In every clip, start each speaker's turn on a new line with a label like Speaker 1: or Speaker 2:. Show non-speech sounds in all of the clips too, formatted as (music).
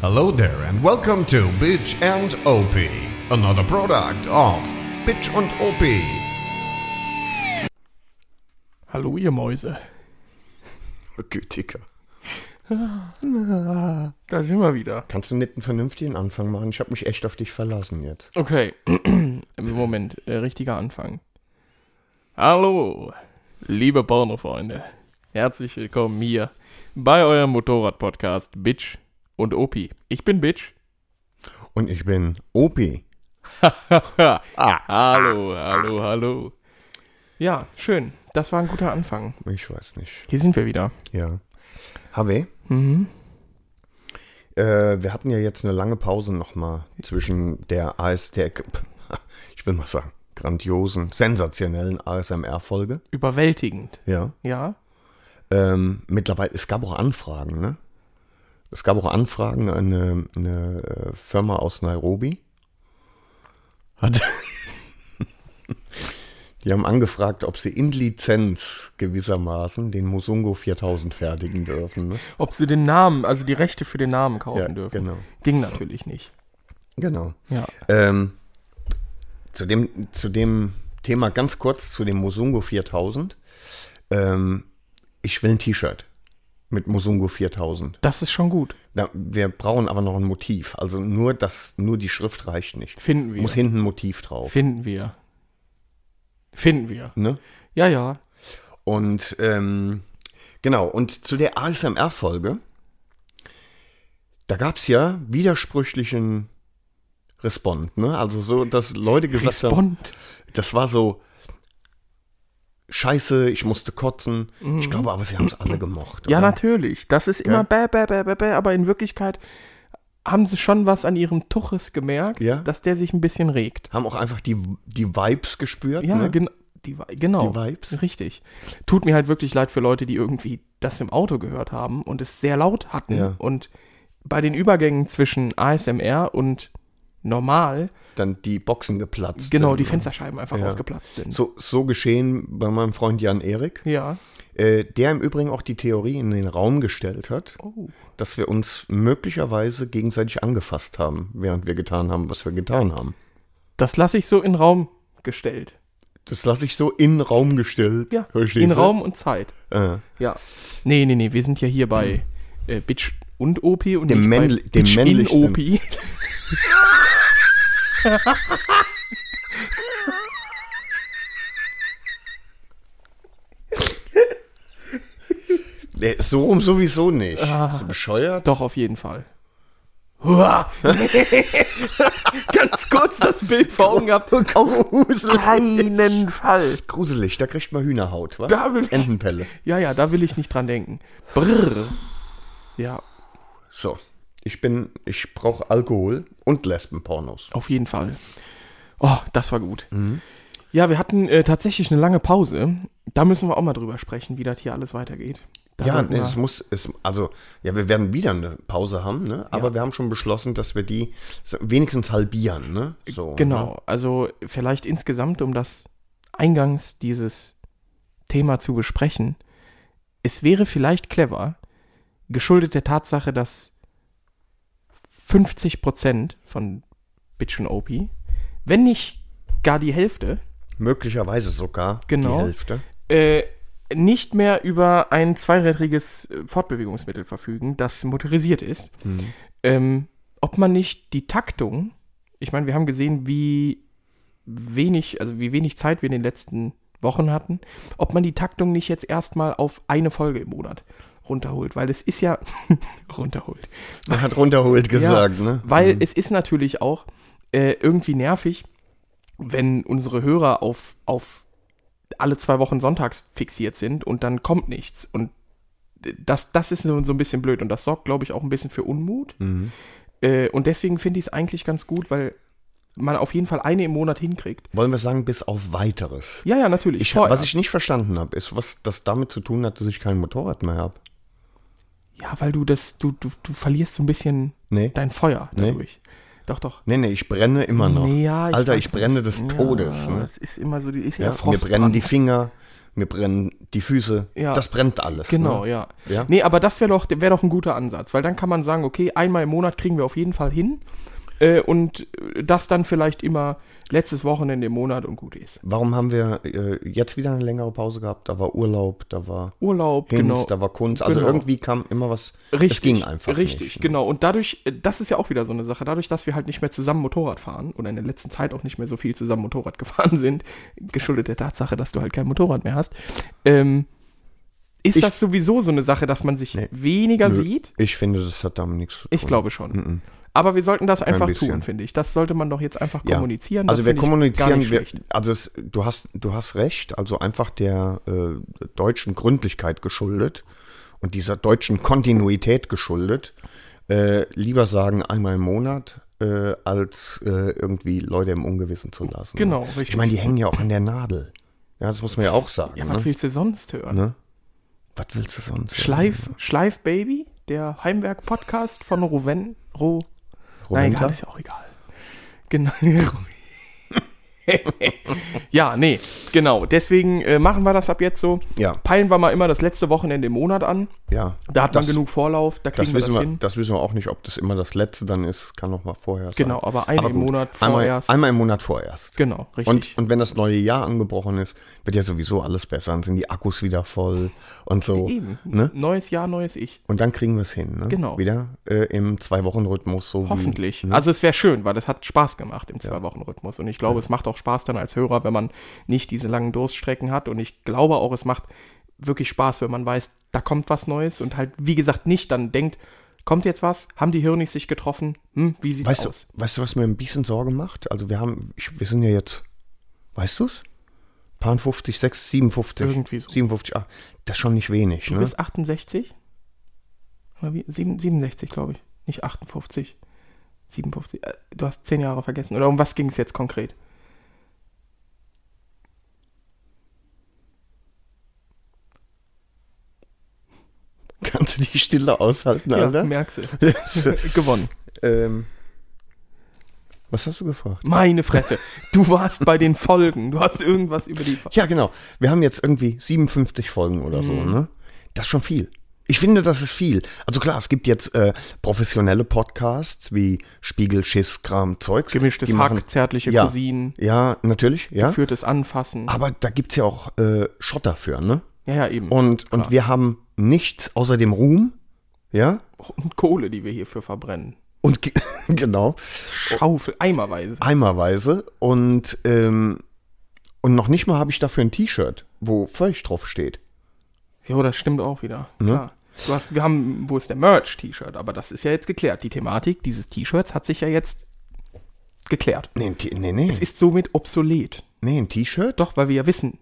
Speaker 1: Hello there and welcome to Bitch and OP, another product of Bitch und OP.
Speaker 2: Hallo, ihr Mäuse.
Speaker 3: Gütiger.
Speaker 2: Da sind wir wieder.
Speaker 3: Kannst du nicht einen vernünftigen Anfang machen? Ich habe mich echt auf dich verlassen jetzt.
Speaker 2: Okay. (clears throat) Moment, äh, richtiger Anfang. Hallo, liebe Pornofreunde. Herzlich willkommen hier bei eurem Motorrad-Podcast Bitch und Opi. Ich bin Bitch. (laughs)
Speaker 3: Und ich bin Opi.
Speaker 2: Ah. hallo, hallo, hallo. Ja, schön. Das war ein guter Anfang.
Speaker 3: Ich weiß nicht.
Speaker 2: Hier sind wir wieder.
Speaker 3: Ja. HW?
Speaker 2: Mhm.
Speaker 3: Äh, wir hatten ja jetzt eine lange Pause nochmal zwischen der AS, der, (laughs) ich will mal sagen, grandiosen, sensationellen ASMR-Folge.
Speaker 2: Überwältigend.
Speaker 3: Ja.
Speaker 2: Ja?
Speaker 3: Ähm, mittlerweile, es gab auch Anfragen, ne? Es gab auch Anfragen an eine, eine äh, Firma aus Nairobi. Hat (laughs) Die haben angefragt, ob sie in Lizenz gewissermaßen den Musungo 4000 fertigen dürfen. Ne?
Speaker 2: Ob sie den Namen, also die Rechte für den Namen kaufen
Speaker 3: Ja,
Speaker 2: dürfen.
Speaker 3: genau.
Speaker 2: Ging natürlich nicht.
Speaker 3: Genau.
Speaker 2: Ja.
Speaker 3: Ähm, zu, dem, zu dem Thema ganz kurz, zu dem Musungo 4000. Ähm, ich will ein T-Shirt mit Musungo 4000.
Speaker 2: Das ist schon gut.
Speaker 3: Na, wir brauchen aber noch ein Motiv. Also nur das, nur die Schrift reicht nicht.
Speaker 2: Finden wir.
Speaker 3: Muss hinten ein Motiv drauf.
Speaker 2: Finden wir. Finden wir.
Speaker 3: Ne?
Speaker 2: Ja, ja.
Speaker 3: Und ähm, genau, und zu der ASMR-Folge, da gab es ja widersprüchlichen Respond, ne? Also so, dass Leute gesagt haben,
Speaker 2: Respond.
Speaker 3: das war so Scheiße, ich musste kotzen. Ich glaube aber, sie haben es alle gemocht.
Speaker 2: Mhm. Ja,
Speaker 3: oder?
Speaker 2: natürlich. Das ist immer bäh, bäh, bäh, bäh, bäh, aber in Wirklichkeit haben sie schon was an ihrem Tuches gemerkt,
Speaker 3: Ja.
Speaker 2: dass der sich ein bisschen regt.
Speaker 3: Haben auch einfach die, die Vibes gespürt.
Speaker 2: Ja,
Speaker 3: ne?
Speaker 2: gen die, Vi- genau.
Speaker 3: Die Vibes.
Speaker 2: Richtig. Tut mir halt wirklich leid für Leute, die irgendwie das im Auto gehört haben und es sehr laut hatten.
Speaker 3: Ja.
Speaker 2: Und bei den Übergängen zwischen ASMR und normal,
Speaker 3: Dann die Boxen geplatzt.
Speaker 2: genau,
Speaker 3: sind.
Speaker 2: die Fensterscheiben einfach
Speaker 3: Ja.
Speaker 2: ausgeplatzt sind.
Speaker 3: So, so geschehen bei meinem Freund Jan Erik.
Speaker 2: Ja.
Speaker 3: äh, der im Übrigen auch die Theorie in den Raum gestellt hat,
Speaker 2: Oh.
Speaker 3: dass wir uns möglicherweise gegenseitig angefasst haben, während wir getan haben, was wir getan haben.
Speaker 2: Das lasse ich so in den Raum gestellt.
Speaker 3: Das lasse ich so in den Raum gestellt.
Speaker 2: Ja,
Speaker 3: verstehst
Speaker 2: in
Speaker 3: du?
Speaker 2: Raum und Zeit.
Speaker 3: Äh,
Speaker 2: Ja. Nee, nee, nee, wir sind ja hier bei äh, Bitch und OP und
Speaker 3: Hm. Dem
Speaker 2: nicht
Speaker 3: männl-
Speaker 2: bei
Speaker 3: dem
Speaker 2: Bitch in
Speaker 3: männlichsten.
Speaker 2: OP.
Speaker 3: äh, so rum sowieso nicht.
Speaker 2: Ah.
Speaker 3: so
Speaker 2: (laughs)
Speaker 3: bescheuert.
Speaker 2: Doch, auf jeden Fall. Huah. (laughs) Ganz kurz das Bild vor Augen
Speaker 3: (laughs)
Speaker 2: gehabt.
Speaker 3: Gruselig.
Speaker 2: Keinen Fall.
Speaker 3: Gruselig, da kriegt man Hühnerhaut, wa?
Speaker 2: Da will ich-
Speaker 3: Entenpelle.
Speaker 2: Ja, ja, da will ich nicht dran denken. Brrr. Ja,
Speaker 3: So, ich bin, ich brauche Alkohol und Lesbenpornos.
Speaker 2: auf jeden Fall. Oh, das war gut.
Speaker 3: Mhm.
Speaker 2: Ja, wir hatten äh, tatsächlich eine lange Pause. Da müssen wir auch mal drüber sprechen, wie das hier alles weitergeht. Da
Speaker 3: Ja,
Speaker 2: sollten wir-
Speaker 3: es muss, es, also, ja, wir werden wieder eine Pause haben, ne? Aber wir haben schon beschlossen, dass wir die so- wenigstens halbieren, ne? So, Ne?
Speaker 2: Genau, also vielleicht insgesamt, um das eingangs dieses Thema zu besprechen, es wäre vielleicht clever, geschuldet der Tatsache, dass 50% von Bitch und OP, wenn nicht gar die Hälfte,
Speaker 3: Möglicherweise sogar
Speaker 2: Genau.
Speaker 3: die Hälfte.
Speaker 2: äh, nicht mehr über ein zweirädriges äh, Fortbewegungsmittel verfügen, das motorisiert ist, ähm, ob man nicht die Taktung, ich meine, wir haben gesehen, wie wenig, also wie wenig Zeit wir in den letzten Wochen hatten, ob man die Taktung nicht jetzt erstmal auf eine Folge im Monat runterholt, weil es ist ja (laughs) runterholt.
Speaker 3: Man hat runterholt gesagt, ne?
Speaker 2: Weil es ist natürlich auch äh, irgendwie nervig, wenn unsere Hörer auf, auf alle zwei Wochen sonntags fixiert sind und dann kommt nichts. Und äh, das, das ist so so ein bisschen blöd und das sorgt, glaube ich, auch ein bisschen für Unmut.
Speaker 3: Mhm.
Speaker 2: Äh, und deswegen finde ich es eigentlich ganz gut, weil man auf jeden Fall eine im Monat hinkriegt.
Speaker 3: Wollen wir sagen, bis auf weiteres.
Speaker 2: Ja, ja, natürlich.
Speaker 3: Ich,
Speaker 2: vorerst.
Speaker 3: was ich nicht verstanden habe, ist, was das damit zu tun hat, dass ich kein Motorrad mehr habe.
Speaker 2: ja, weil du das, du, du, du verlierst so ein bisschen
Speaker 3: Nee.
Speaker 2: dein Feuer
Speaker 3: Nee.
Speaker 2: dadurch. Doch, doch.
Speaker 3: Nee, nee, ich brenne immer noch.
Speaker 2: Nee, ja, ich
Speaker 3: Alter,
Speaker 2: weiß
Speaker 3: ich brenne
Speaker 2: nicht.
Speaker 3: des
Speaker 2: Ja,
Speaker 3: Todes. Ne?
Speaker 2: Das ist immer so, die ist ja,
Speaker 3: Ja, mir
Speaker 2: Frost
Speaker 3: brennen
Speaker 2: dran.
Speaker 3: die Finger, mir brennen die Füße,
Speaker 2: Ja.
Speaker 3: das brennt alles.
Speaker 2: Genau,
Speaker 3: ne?
Speaker 2: ja.
Speaker 3: Ja.
Speaker 2: Nee, aber das wäre doch, wär doch ein guter Ansatz, weil dann kann man sagen, okay, einmal im Monat kriegen wir auf jeden Fall hin äh, und äh, das dann vielleicht immer letztes Wochenende im Monat und gut ist.
Speaker 3: Warum haben wir äh, jetzt wieder eine längere Pause gehabt? Da war Urlaub, da war
Speaker 2: Urlaub,
Speaker 3: Hinz,
Speaker 2: genau.
Speaker 3: da war Kunst. Also
Speaker 2: Genau.
Speaker 3: irgendwie kam immer was. Es ging einfach.
Speaker 2: Richtig,
Speaker 3: nicht, ne?
Speaker 2: genau. Und dadurch, äh, das ist ja auch wieder so eine Sache, dadurch, dass wir halt nicht mehr zusammen Motorrad fahren oder in der letzten Zeit auch nicht mehr so viel zusammen Motorrad (laughs) gefahren sind, geschuldet der Tatsache, dass du halt kein Motorrad mehr hast, ähm, ist
Speaker 3: Ich-
Speaker 2: das sowieso so eine Sache, dass man sich
Speaker 3: Nee.
Speaker 2: weniger
Speaker 3: Nö,
Speaker 2: sieht?
Speaker 3: Ich finde, das hat damit nichts zu tun.
Speaker 2: Ich glaube schon. Aber wir sollten das einfach tun,
Speaker 3: bisschen.
Speaker 2: finde ich. Das sollte man doch jetzt einfach
Speaker 3: Ja.
Speaker 2: kommunizieren.
Speaker 3: Also
Speaker 2: Das
Speaker 3: wir
Speaker 2: finde ich Gar
Speaker 3: kommunizieren,
Speaker 2: nicht
Speaker 3: wir,
Speaker 2: schlecht.
Speaker 3: also es, du hast, du hast recht, also einfach der äh, deutschen Gründlichkeit geschuldet und dieser deutschen Kontinuität geschuldet, äh, lieber sagen einmal im Monat, äh, als äh, irgendwie Leute im Ungewissen zu lassen.
Speaker 2: Genau,
Speaker 3: richtig.
Speaker 2: richtig.
Speaker 3: Ich meine, die hängen ja auch an der Nadel. Ja, das muss man ja auch sagen.
Speaker 2: ja,
Speaker 3: ne?
Speaker 2: was willst du sonst hören?
Speaker 3: ne? was willst du sonst?
Speaker 2: Schleif, Schleif Baby, der Heimwerk-Podcast von Roven, Ro, Nein,
Speaker 3: Rowenta?
Speaker 2: egal, ist ja auch egal. Genau. (laughs) ja, nee, genau. Deswegen äh, machen wir das ab jetzt so.
Speaker 3: Ja.
Speaker 2: Peilen wir mal immer das letzte Wochenende im Monat an.
Speaker 3: Ja,
Speaker 2: Da hat
Speaker 3: das-
Speaker 2: man genug Vorlauf, da kriegen
Speaker 3: Das
Speaker 2: wir
Speaker 3: wissen
Speaker 2: das
Speaker 3: wir,
Speaker 2: hin.
Speaker 3: das wissen wir auch nicht, ob das immer das letzte dann ist. Kann noch mal vorher sein.
Speaker 2: Genau, aber einmal im
Speaker 3: gut,
Speaker 2: Monat
Speaker 3: einmal,
Speaker 2: vorerst.
Speaker 3: einmal im Monat vorerst.
Speaker 2: Genau, richtig.
Speaker 3: Und, und wenn das neue Jahr angebrochen ist, wird ja sowieso alles besser. Dann sind die Akkus wieder voll und so.
Speaker 2: Eben.
Speaker 3: Ne?
Speaker 2: Neues Jahr, neues Ich.
Speaker 3: Und dann kriegen wir es hin. Ne?
Speaker 2: Genau.
Speaker 3: Wieder äh, im Zwei-Wochen-Rhythmus. So wie- ne?
Speaker 2: Hoffentlich. Also es wäre schön, weil das hat Spaß gemacht im Zwei-Wochen-Rhythmus. Und ich glaube, es macht auch Spaß dann als Hörer, wenn man nicht diese langen Durststrecken hat. Und ich glaube auch, es macht wirklich Spaß, wenn man weiß, da kommt was Neues und halt, wie gesagt, nicht dann denkt, kommt jetzt was? Haben die Hirnis sich getroffen? Hm, wie sieht's
Speaker 3: Weißt du,
Speaker 2: aus?
Speaker 3: weißt du, was mir ein bisschen Sorge macht? Also wir haben, ich, wir sind ja jetzt, weißt du es? Paar 50, 6, 57.
Speaker 2: Irgendwie so.
Speaker 3: 57, ah, das ist schon nicht wenig.
Speaker 2: Du
Speaker 3: ne?
Speaker 2: bist 68? Oder wie? Sieben- 67, glaube ich. Nicht 58. 57. Äh, Du hast zehn Jahre vergessen. Oder um was ging es jetzt konkret?
Speaker 3: (laughs) Kannst du die Stille aushalten, Alter? (laughs) äh,
Speaker 2: merkst du. (laughs) Gewonnen.
Speaker 3: Ähm, was hast du gefragt?
Speaker 2: Meine Fresse. Du warst bei den Folgen. Du hast irgendwas über die Folgen.
Speaker 3: Ja, genau. Wir haben jetzt irgendwie 57 Folgen oder so,
Speaker 2: Mhm.
Speaker 3: ne? Das ist schon viel. Ich finde, das ist viel. Also klar, es gibt jetzt äh, professionelle Podcasts wie Spiegel, Schiss, Kram, Zeugs.
Speaker 2: Gemischtes
Speaker 3: Die machen-
Speaker 2: Hack, zärtliche
Speaker 3: ja,
Speaker 2: Cousinen,
Speaker 3: Ja, natürlich, ja. Ah.
Speaker 2: geführtes Anfassen.
Speaker 3: Aber da gibt's ja auch äh, Schotter für, ne?
Speaker 2: Ja, ja, eben.
Speaker 3: Und, und wir haben nichts außer dem Ruhm, ja?
Speaker 2: Und Kohle, die wir hierfür verbrennen.
Speaker 3: Und ge- (laughs) genau.
Speaker 2: Schaufel, eimerweise.
Speaker 3: Eimerweise und, ähm, und noch nicht mal habe ich dafür ein T-Shirt, wo Feucht drauf steht.
Speaker 2: Jo, das stimmt auch wieder.
Speaker 3: Ne?
Speaker 2: Klar. Du hast, wir haben, wo ist der Merch-T-Shirt? Aber das ist ja jetzt geklärt. Die Thematik dieses T-Shirts hat sich ja jetzt geklärt.
Speaker 3: Nee, ein T- nee, nee.
Speaker 2: Es ist somit obsolet.
Speaker 3: nee, ein T-Shirt?
Speaker 2: Doch, weil wir ja wissen,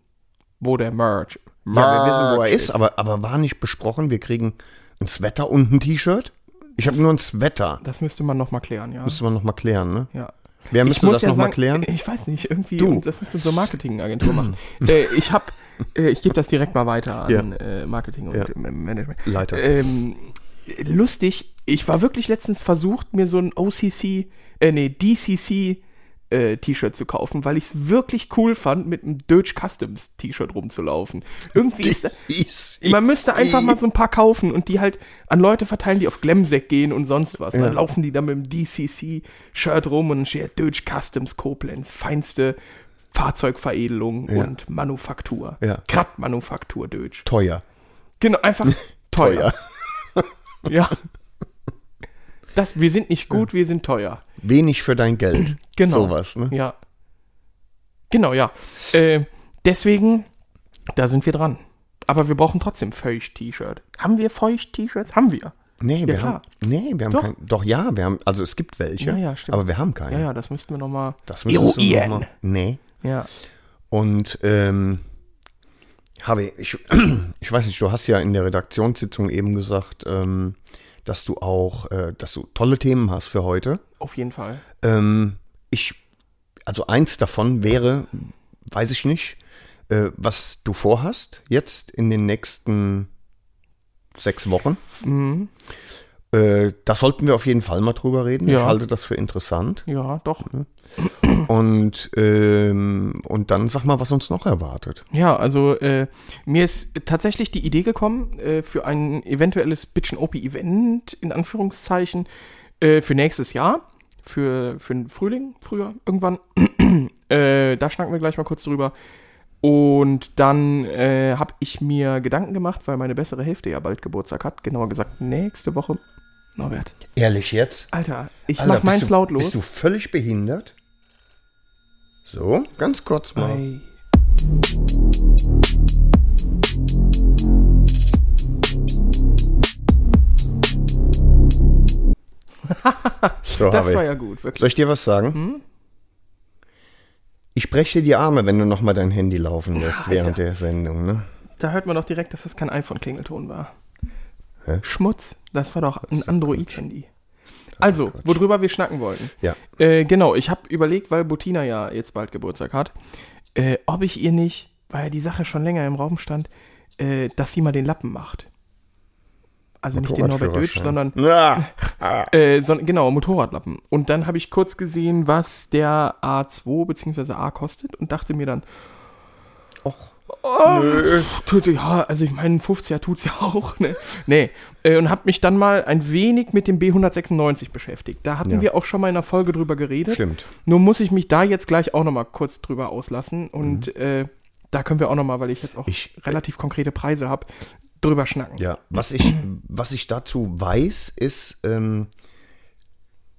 Speaker 2: wo der Merch.
Speaker 3: Ja, wir wissen, wo er
Speaker 2: Merch
Speaker 3: ist, aber, aber war nicht besprochen, wir kriegen ein Sweater und ein T-Shirt? Ich habe nur ein Sweater.
Speaker 2: Das müsste man nochmal klären, ja.
Speaker 3: Müssen wir nochmal klären, ne?
Speaker 2: Ja.
Speaker 3: Wer müsste das nochmal
Speaker 2: sagen,
Speaker 3: klären?
Speaker 2: (laughs) Ich weiß nicht, irgendwie,
Speaker 3: Du.
Speaker 2: und das müsste unsere Marketingagentur
Speaker 3: (clears throat)
Speaker 2: machen. äh, ich habe, äh, ich gebe das direkt mal weiter an
Speaker 3: Ja.
Speaker 2: äh, Marketing und
Speaker 3: Ja.
Speaker 2: äh, Management.
Speaker 3: Leiter.
Speaker 2: Ähm, lustig, ich war wirklich letztens versucht, mir so ein OCC, äh, nee, DCC äh, T-Shirt zu kaufen, weil ich es wirklich cool fand, mit einem Deutsch Customs T-Shirt rumzulaufen.
Speaker 3: (laughs)
Speaker 2: Irgendwie ist da, man müsste einfach
Speaker 3: E.
Speaker 2: mal so ein paar kaufen und die halt an Leute verteilen, die auf Glemseck gehen und sonst was. Dann laufen die da mit dem DCC-Shirt rum und steht Deutsch Customs Koblenz, feinste Fahrzeugveredelung und Manufaktur.
Speaker 3: Ja.
Speaker 2: Kratt-Manufaktur Deutsch.
Speaker 3: Teuer.
Speaker 2: Genau, einfach teuer. ja. Das, wir sind nicht gut, wir sind teuer.
Speaker 3: Wenig für dein Geld.
Speaker 2: (clears throat) Genau.
Speaker 3: Sowas, ne?
Speaker 2: Ja. Genau, ja. Äh, deswegen, da sind wir dran. Aber wir brauchen trotzdem Feucht-T-Shirt. Haben wir Feucht-T-Shirts? Haben wir.
Speaker 3: Nee, wir
Speaker 2: klar.
Speaker 3: haben, nee, wir haben
Speaker 2: Doch.
Speaker 3: kein, doch ja, wir haben, also es gibt welche,
Speaker 2: Ja, ja, stimmt.
Speaker 3: aber wir haben keine.
Speaker 2: Ja, ja, das müssten wir nochmal
Speaker 3: Das müsstest du noch mal- Nee.
Speaker 2: Ja.
Speaker 3: Und ähm, habe ich, (clears throat) ich weiß nicht, du hast ja in der Redaktionssitzung eben gesagt, ähm, dass du auch, äh, dass du tolle Themen hast für heute.
Speaker 2: Auf jeden Fall.
Speaker 3: Ähm, ich, also eins davon wäre, weiß ich nicht, äh, was du vorhast jetzt in den nächsten sechs Wochen. Äh, da sollten wir auf jeden Fall mal drüber reden. Ich
Speaker 2: Ja.
Speaker 3: halte das für interessant.
Speaker 2: Ja, doch.
Speaker 3: Und, ähm, und dann sag mal, was uns noch erwartet.
Speaker 2: Ja, also äh, mir ist tatsächlich die Idee gekommen, äh, für ein eventuelles Bitchin' OP-Event, in Anführungszeichen, äh, für nächstes Jahr, für, für den Frühling, früher, irgendwann. (clears throat) äh, da schnacken wir gleich mal kurz drüber. Und dann äh, habe ich mir Gedanken gemacht, weil meine bessere Hälfte ja bald Geburtstag hat, genauer gesagt nächste Woche. Norbert.
Speaker 3: Ehrlich jetzt?
Speaker 2: Alter, ich
Speaker 3: Alter,
Speaker 2: mach meins
Speaker 3: bist du,
Speaker 2: lautlos.
Speaker 3: Bist du völlig behindert? So, ganz kurz mal.
Speaker 2: Ei.
Speaker 3: So,
Speaker 2: Das
Speaker 3: Harvey.
Speaker 2: war ja Hm? gut, wirklich.
Speaker 3: Soll ich dir was sagen? Ich breche dir die Arme, wenn du nochmal dein Handy laufen lässt während der Sendung, ne?
Speaker 2: Da hört man doch direkt, dass das kein iPhone-Klingelton war.
Speaker 3: Hä?
Speaker 2: Schmutz, das war doch ein Android-Handy. Also, worüber wir schnacken wollten.
Speaker 3: Ja.
Speaker 2: Äh, genau, ich habe überlegt, weil Bettina ja jetzt bald Geburtstag hat, äh, ob ich ihr nicht, weil die Sache schon länger im Raum stand, äh, dass sie mal den Lappen macht. Also nicht den Norbert Dötsch,
Speaker 3: Motorradführerschein.
Speaker 2: sondern
Speaker 3: Na,
Speaker 2: äh, so, genau, Motorradlappen. Und dann habe ich kurz gesehen, was der A2 bzw. A kostet und dachte mir dann,
Speaker 3: Och.
Speaker 2: Oh, tut, ja, also ich meine, ein 50er tut's ja auch, ne? Nee. Äh, Und habe mich dann mal ein wenig mit dem B196 beschäftigt. Da hatten
Speaker 3: Ja.
Speaker 2: wir auch schon mal in einer Folge drüber geredet.
Speaker 3: Stimmt.
Speaker 2: Nur muss ich mich da jetzt gleich auch nochmal kurz drüber auslassen. Und äh, da können wir auch nochmal, weil ich jetzt auch
Speaker 3: Mhm. Ich- äh,
Speaker 2: relativ konkrete Preise habe, drüber schnacken.
Speaker 3: Ja, was ich, was ich dazu weiß, ist ähm,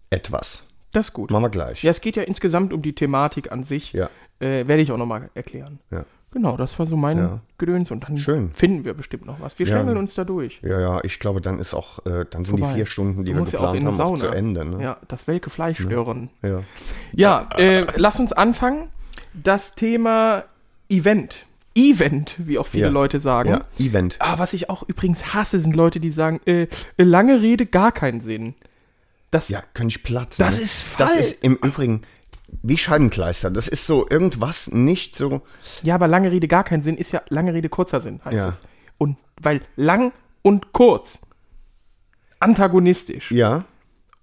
Speaker 3: etwas.
Speaker 2: Das ist gut.
Speaker 3: Machen wir gleich.
Speaker 2: Ja, es geht ja insgesamt um die Thematik an sich.
Speaker 3: Ja.
Speaker 2: Äh, Werde ich auch nochmal erklären.
Speaker 3: Ja.
Speaker 2: Genau, das war so mein
Speaker 3: Ja.
Speaker 2: Gedöns. Und dann
Speaker 3: Schön.
Speaker 2: finden wir bestimmt noch was. Wir
Speaker 3: Ja.
Speaker 2: schlängeln uns da durch.
Speaker 3: Ja, ja, ich glaube, dann ist auch, äh, dann sind
Speaker 2: Vorbei.
Speaker 3: die vier Stunden, die
Speaker 2: Du
Speaker 3: wir
Speaker 2: musst ja auch
Speaker 3: geplant
Speaker 2: in eine
Speaker 3: haben, auch
Speaker 2: Sauna.
Speaker 3: zu Ende. Ne?
Speaker 2: Ja, das welke Fleisch stören.
Speaker 3: Ja.
Speaker 2: Ja, äh, lass uns anfangen. Das Thema Event. Event, wie auch viele
Speaker 3: Ja.
Speaker 2: Leute sagen.
Speaker 3: ja, Event.
Speaker 2: Ah, was ich auch übrigens hasse, sind Leute, die sagen, äh, lange Rede, gar keinen Sinn. Das,
Speaker 3: Ja, könnte ich platzen.
Speaker 2: Das
Speaker 3: ne?
Speaker 2: ist
Speaker 3: Das
Speaker 2: falsch.
Speaker 3: ist im Übrigen wie Scheibenkleister. Das ist so irgendwas nicht so.
Speaker 2: ja, aber lange Rede, gar keinen Sinn ist ja lange Rede, kurzer Sinn, heißt
Speaker 3: Ja.
Speaker 2: es. Und weil lang und kurz antagonistisch
Speaker 3: Ja,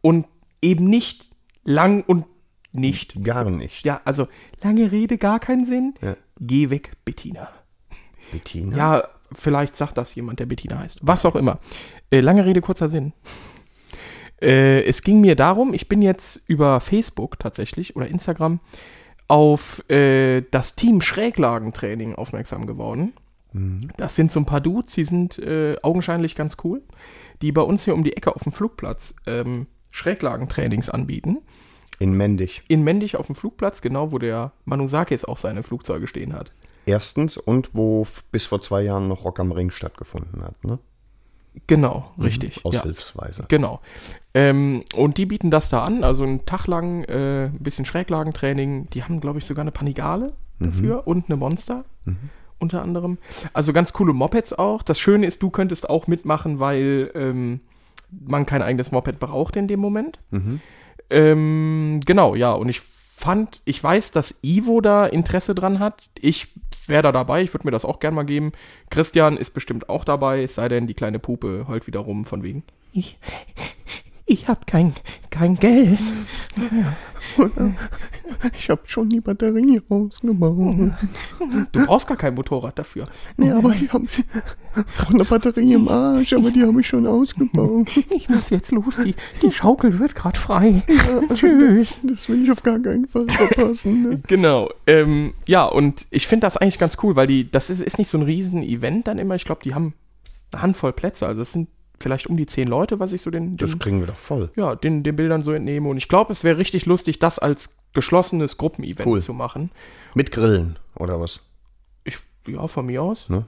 Speaker 2: und eben nicht lang und nicht
Speaker 3: gar nicht.
Speaker 2: Ja, also lange Rede, gar keinen Sinn.
Speaker 3: Ja.
Speaker 2: Geh weg, Bettina.
Speaker 3: Bettina.
Speaker 2: Ja, vielleicht sagt das jemand, der Bettina heißt. Was auch immer. Äh, lange Rede, kurzer Sinn. (laughs) Äh, es ging mir darum, ich bin jetzt über Facebook tatsächlich oder Instagram auf äh, das Team Schräglagentraining aufmerksam geworden. Das sind so ein paar Dudes, die sind äh, augenscheinlich ganz cool, die bei uns hier um die Ecke auf dem Flugplatz ähm, Schräglagentrainings anbieten
Speaker 3: In Mendig.
Speaker 2: in Mendig auf dem Flugplatz, genau wo der Manusakis auch seine Flugzeuge stehen hat.
Speaker 3: Erstens und wo f- bis vor zwei Jahren noch Rock am Ring stattgefunden hat, ne?
Speaker 2: Genau, richtig. ja,
Speaker 3: Aushilfsweise.
Speaker 2: genau. Ähm, und die bieten das da an, also einen Tag lang äh, ein bisschen Schräglagentraining. Die haben, glaube ich, sogar eine Panigale dafür und eine Monster. Unter anderem. Also ganz coole Mopeds auch. Das Schöne ist, du könntest auch mitmachen, weil ähm, man kein eigenes Moped braucht in dem Moment. Ähm, genau, ja. Und ich fand, ich weiß, dass Ivo da Interesse dran hat. Ich wäre da dabei, ich würde mir das auch gern mal geben. Christian ist bestimmt auch dabei, es sei denn, die kleine Pupe heult wieder rum von wegen. Ich, ich hab kein, kein Geld.
Speaker 3: Ich habe schon die Batterie ausgebaut.
Speaker 2: Du brauchst gar kein Motorrad dafür.
Speaker 3: Nee, aber ich habe eine Batterie im Arsch, aber die habe ich schon ausgebaut.
Speaker 2: Ich muss jetzt los, die, die Schaukel wird gerade (laughs) frei. Tschüss.
Speaker 3: Das will ich auf gar keinen Fall verpassen. Ne?
Speaker 2: Genau. Ähm, ja, und ich finde das eigentlich ganz cool, weil die, das ist, ist nicht so ein riesen Event dann immer. Ich glaube, die haben eine Handvoll Plätze. Also es sind vielleicht um die zehn Leute, was ich so den,
Speaker 3: Das
Speaker 2: den,
Speaker 3: kriegen wir doch voll.
Speaker 2: ja, den, den Bildern so entnehme. Und ich glaube, es wäre richtig lustig, das als geschlossenes Gruppenevent
Speaker 3: Cool.
Speaker 2: zu machen.
Speaker 3: Mit Grillen, oder was?
Speaker 2: Ich, ja, von mir aus.
Speaker 3: Ne?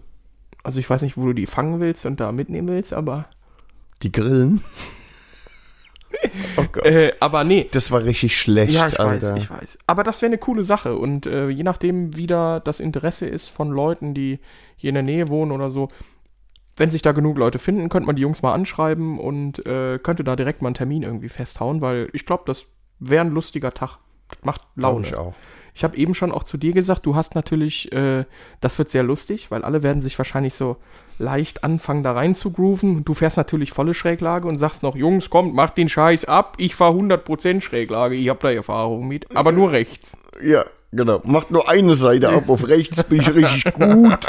Speaker 2: Also ich weiß nicht, wo du die fangen willst und da mitnehmen willst, aber. (laughs)
Speaker 3: Die Grillen? Oh Gott.
Speaker 2: Äh, (laughs) aber nee,
Speaker 3: das war richtig schlecht,
Speaker 2: Ja, ich
Speaker 3: Alter.
Speaker 2: weiß, ich weiß. Aber das wäre eine coole Sache. Und äh, je nachdem, wie da das Interesse ist von Leuten, die hier in der Nähe wohnen oder so, wenn sich da genug Leute finden, könnte man die Jungs mal anschreiben und äh, könnte da direkt mal einen Termin irgendwie festhauen, weil ich glaube, das wäre ein lustiger Tag. Das macht
Speaker 3: Glaub
Speaker 2: Laune.
Speaker 3: ich auch.
Speaker 2: Ich habe eben schon auch zu dir gesagt, du hast natürlich, äh, das wird sehr lustig, weil alle werden sich wahrscheinlich so, leicht anfangen, da rein zu grooven. Du fährst natürlich volle Schräglage und sagst noch, Jungs, kommt, macht den Scheiß ab. Ich fahre 100% Schräglage. Ich habe da Erfahrung mit. Aber nur rechts.
Speaker 3: Ja, genau. Macht nur eine Seite ab. Auf rechts bin ich richtig gut.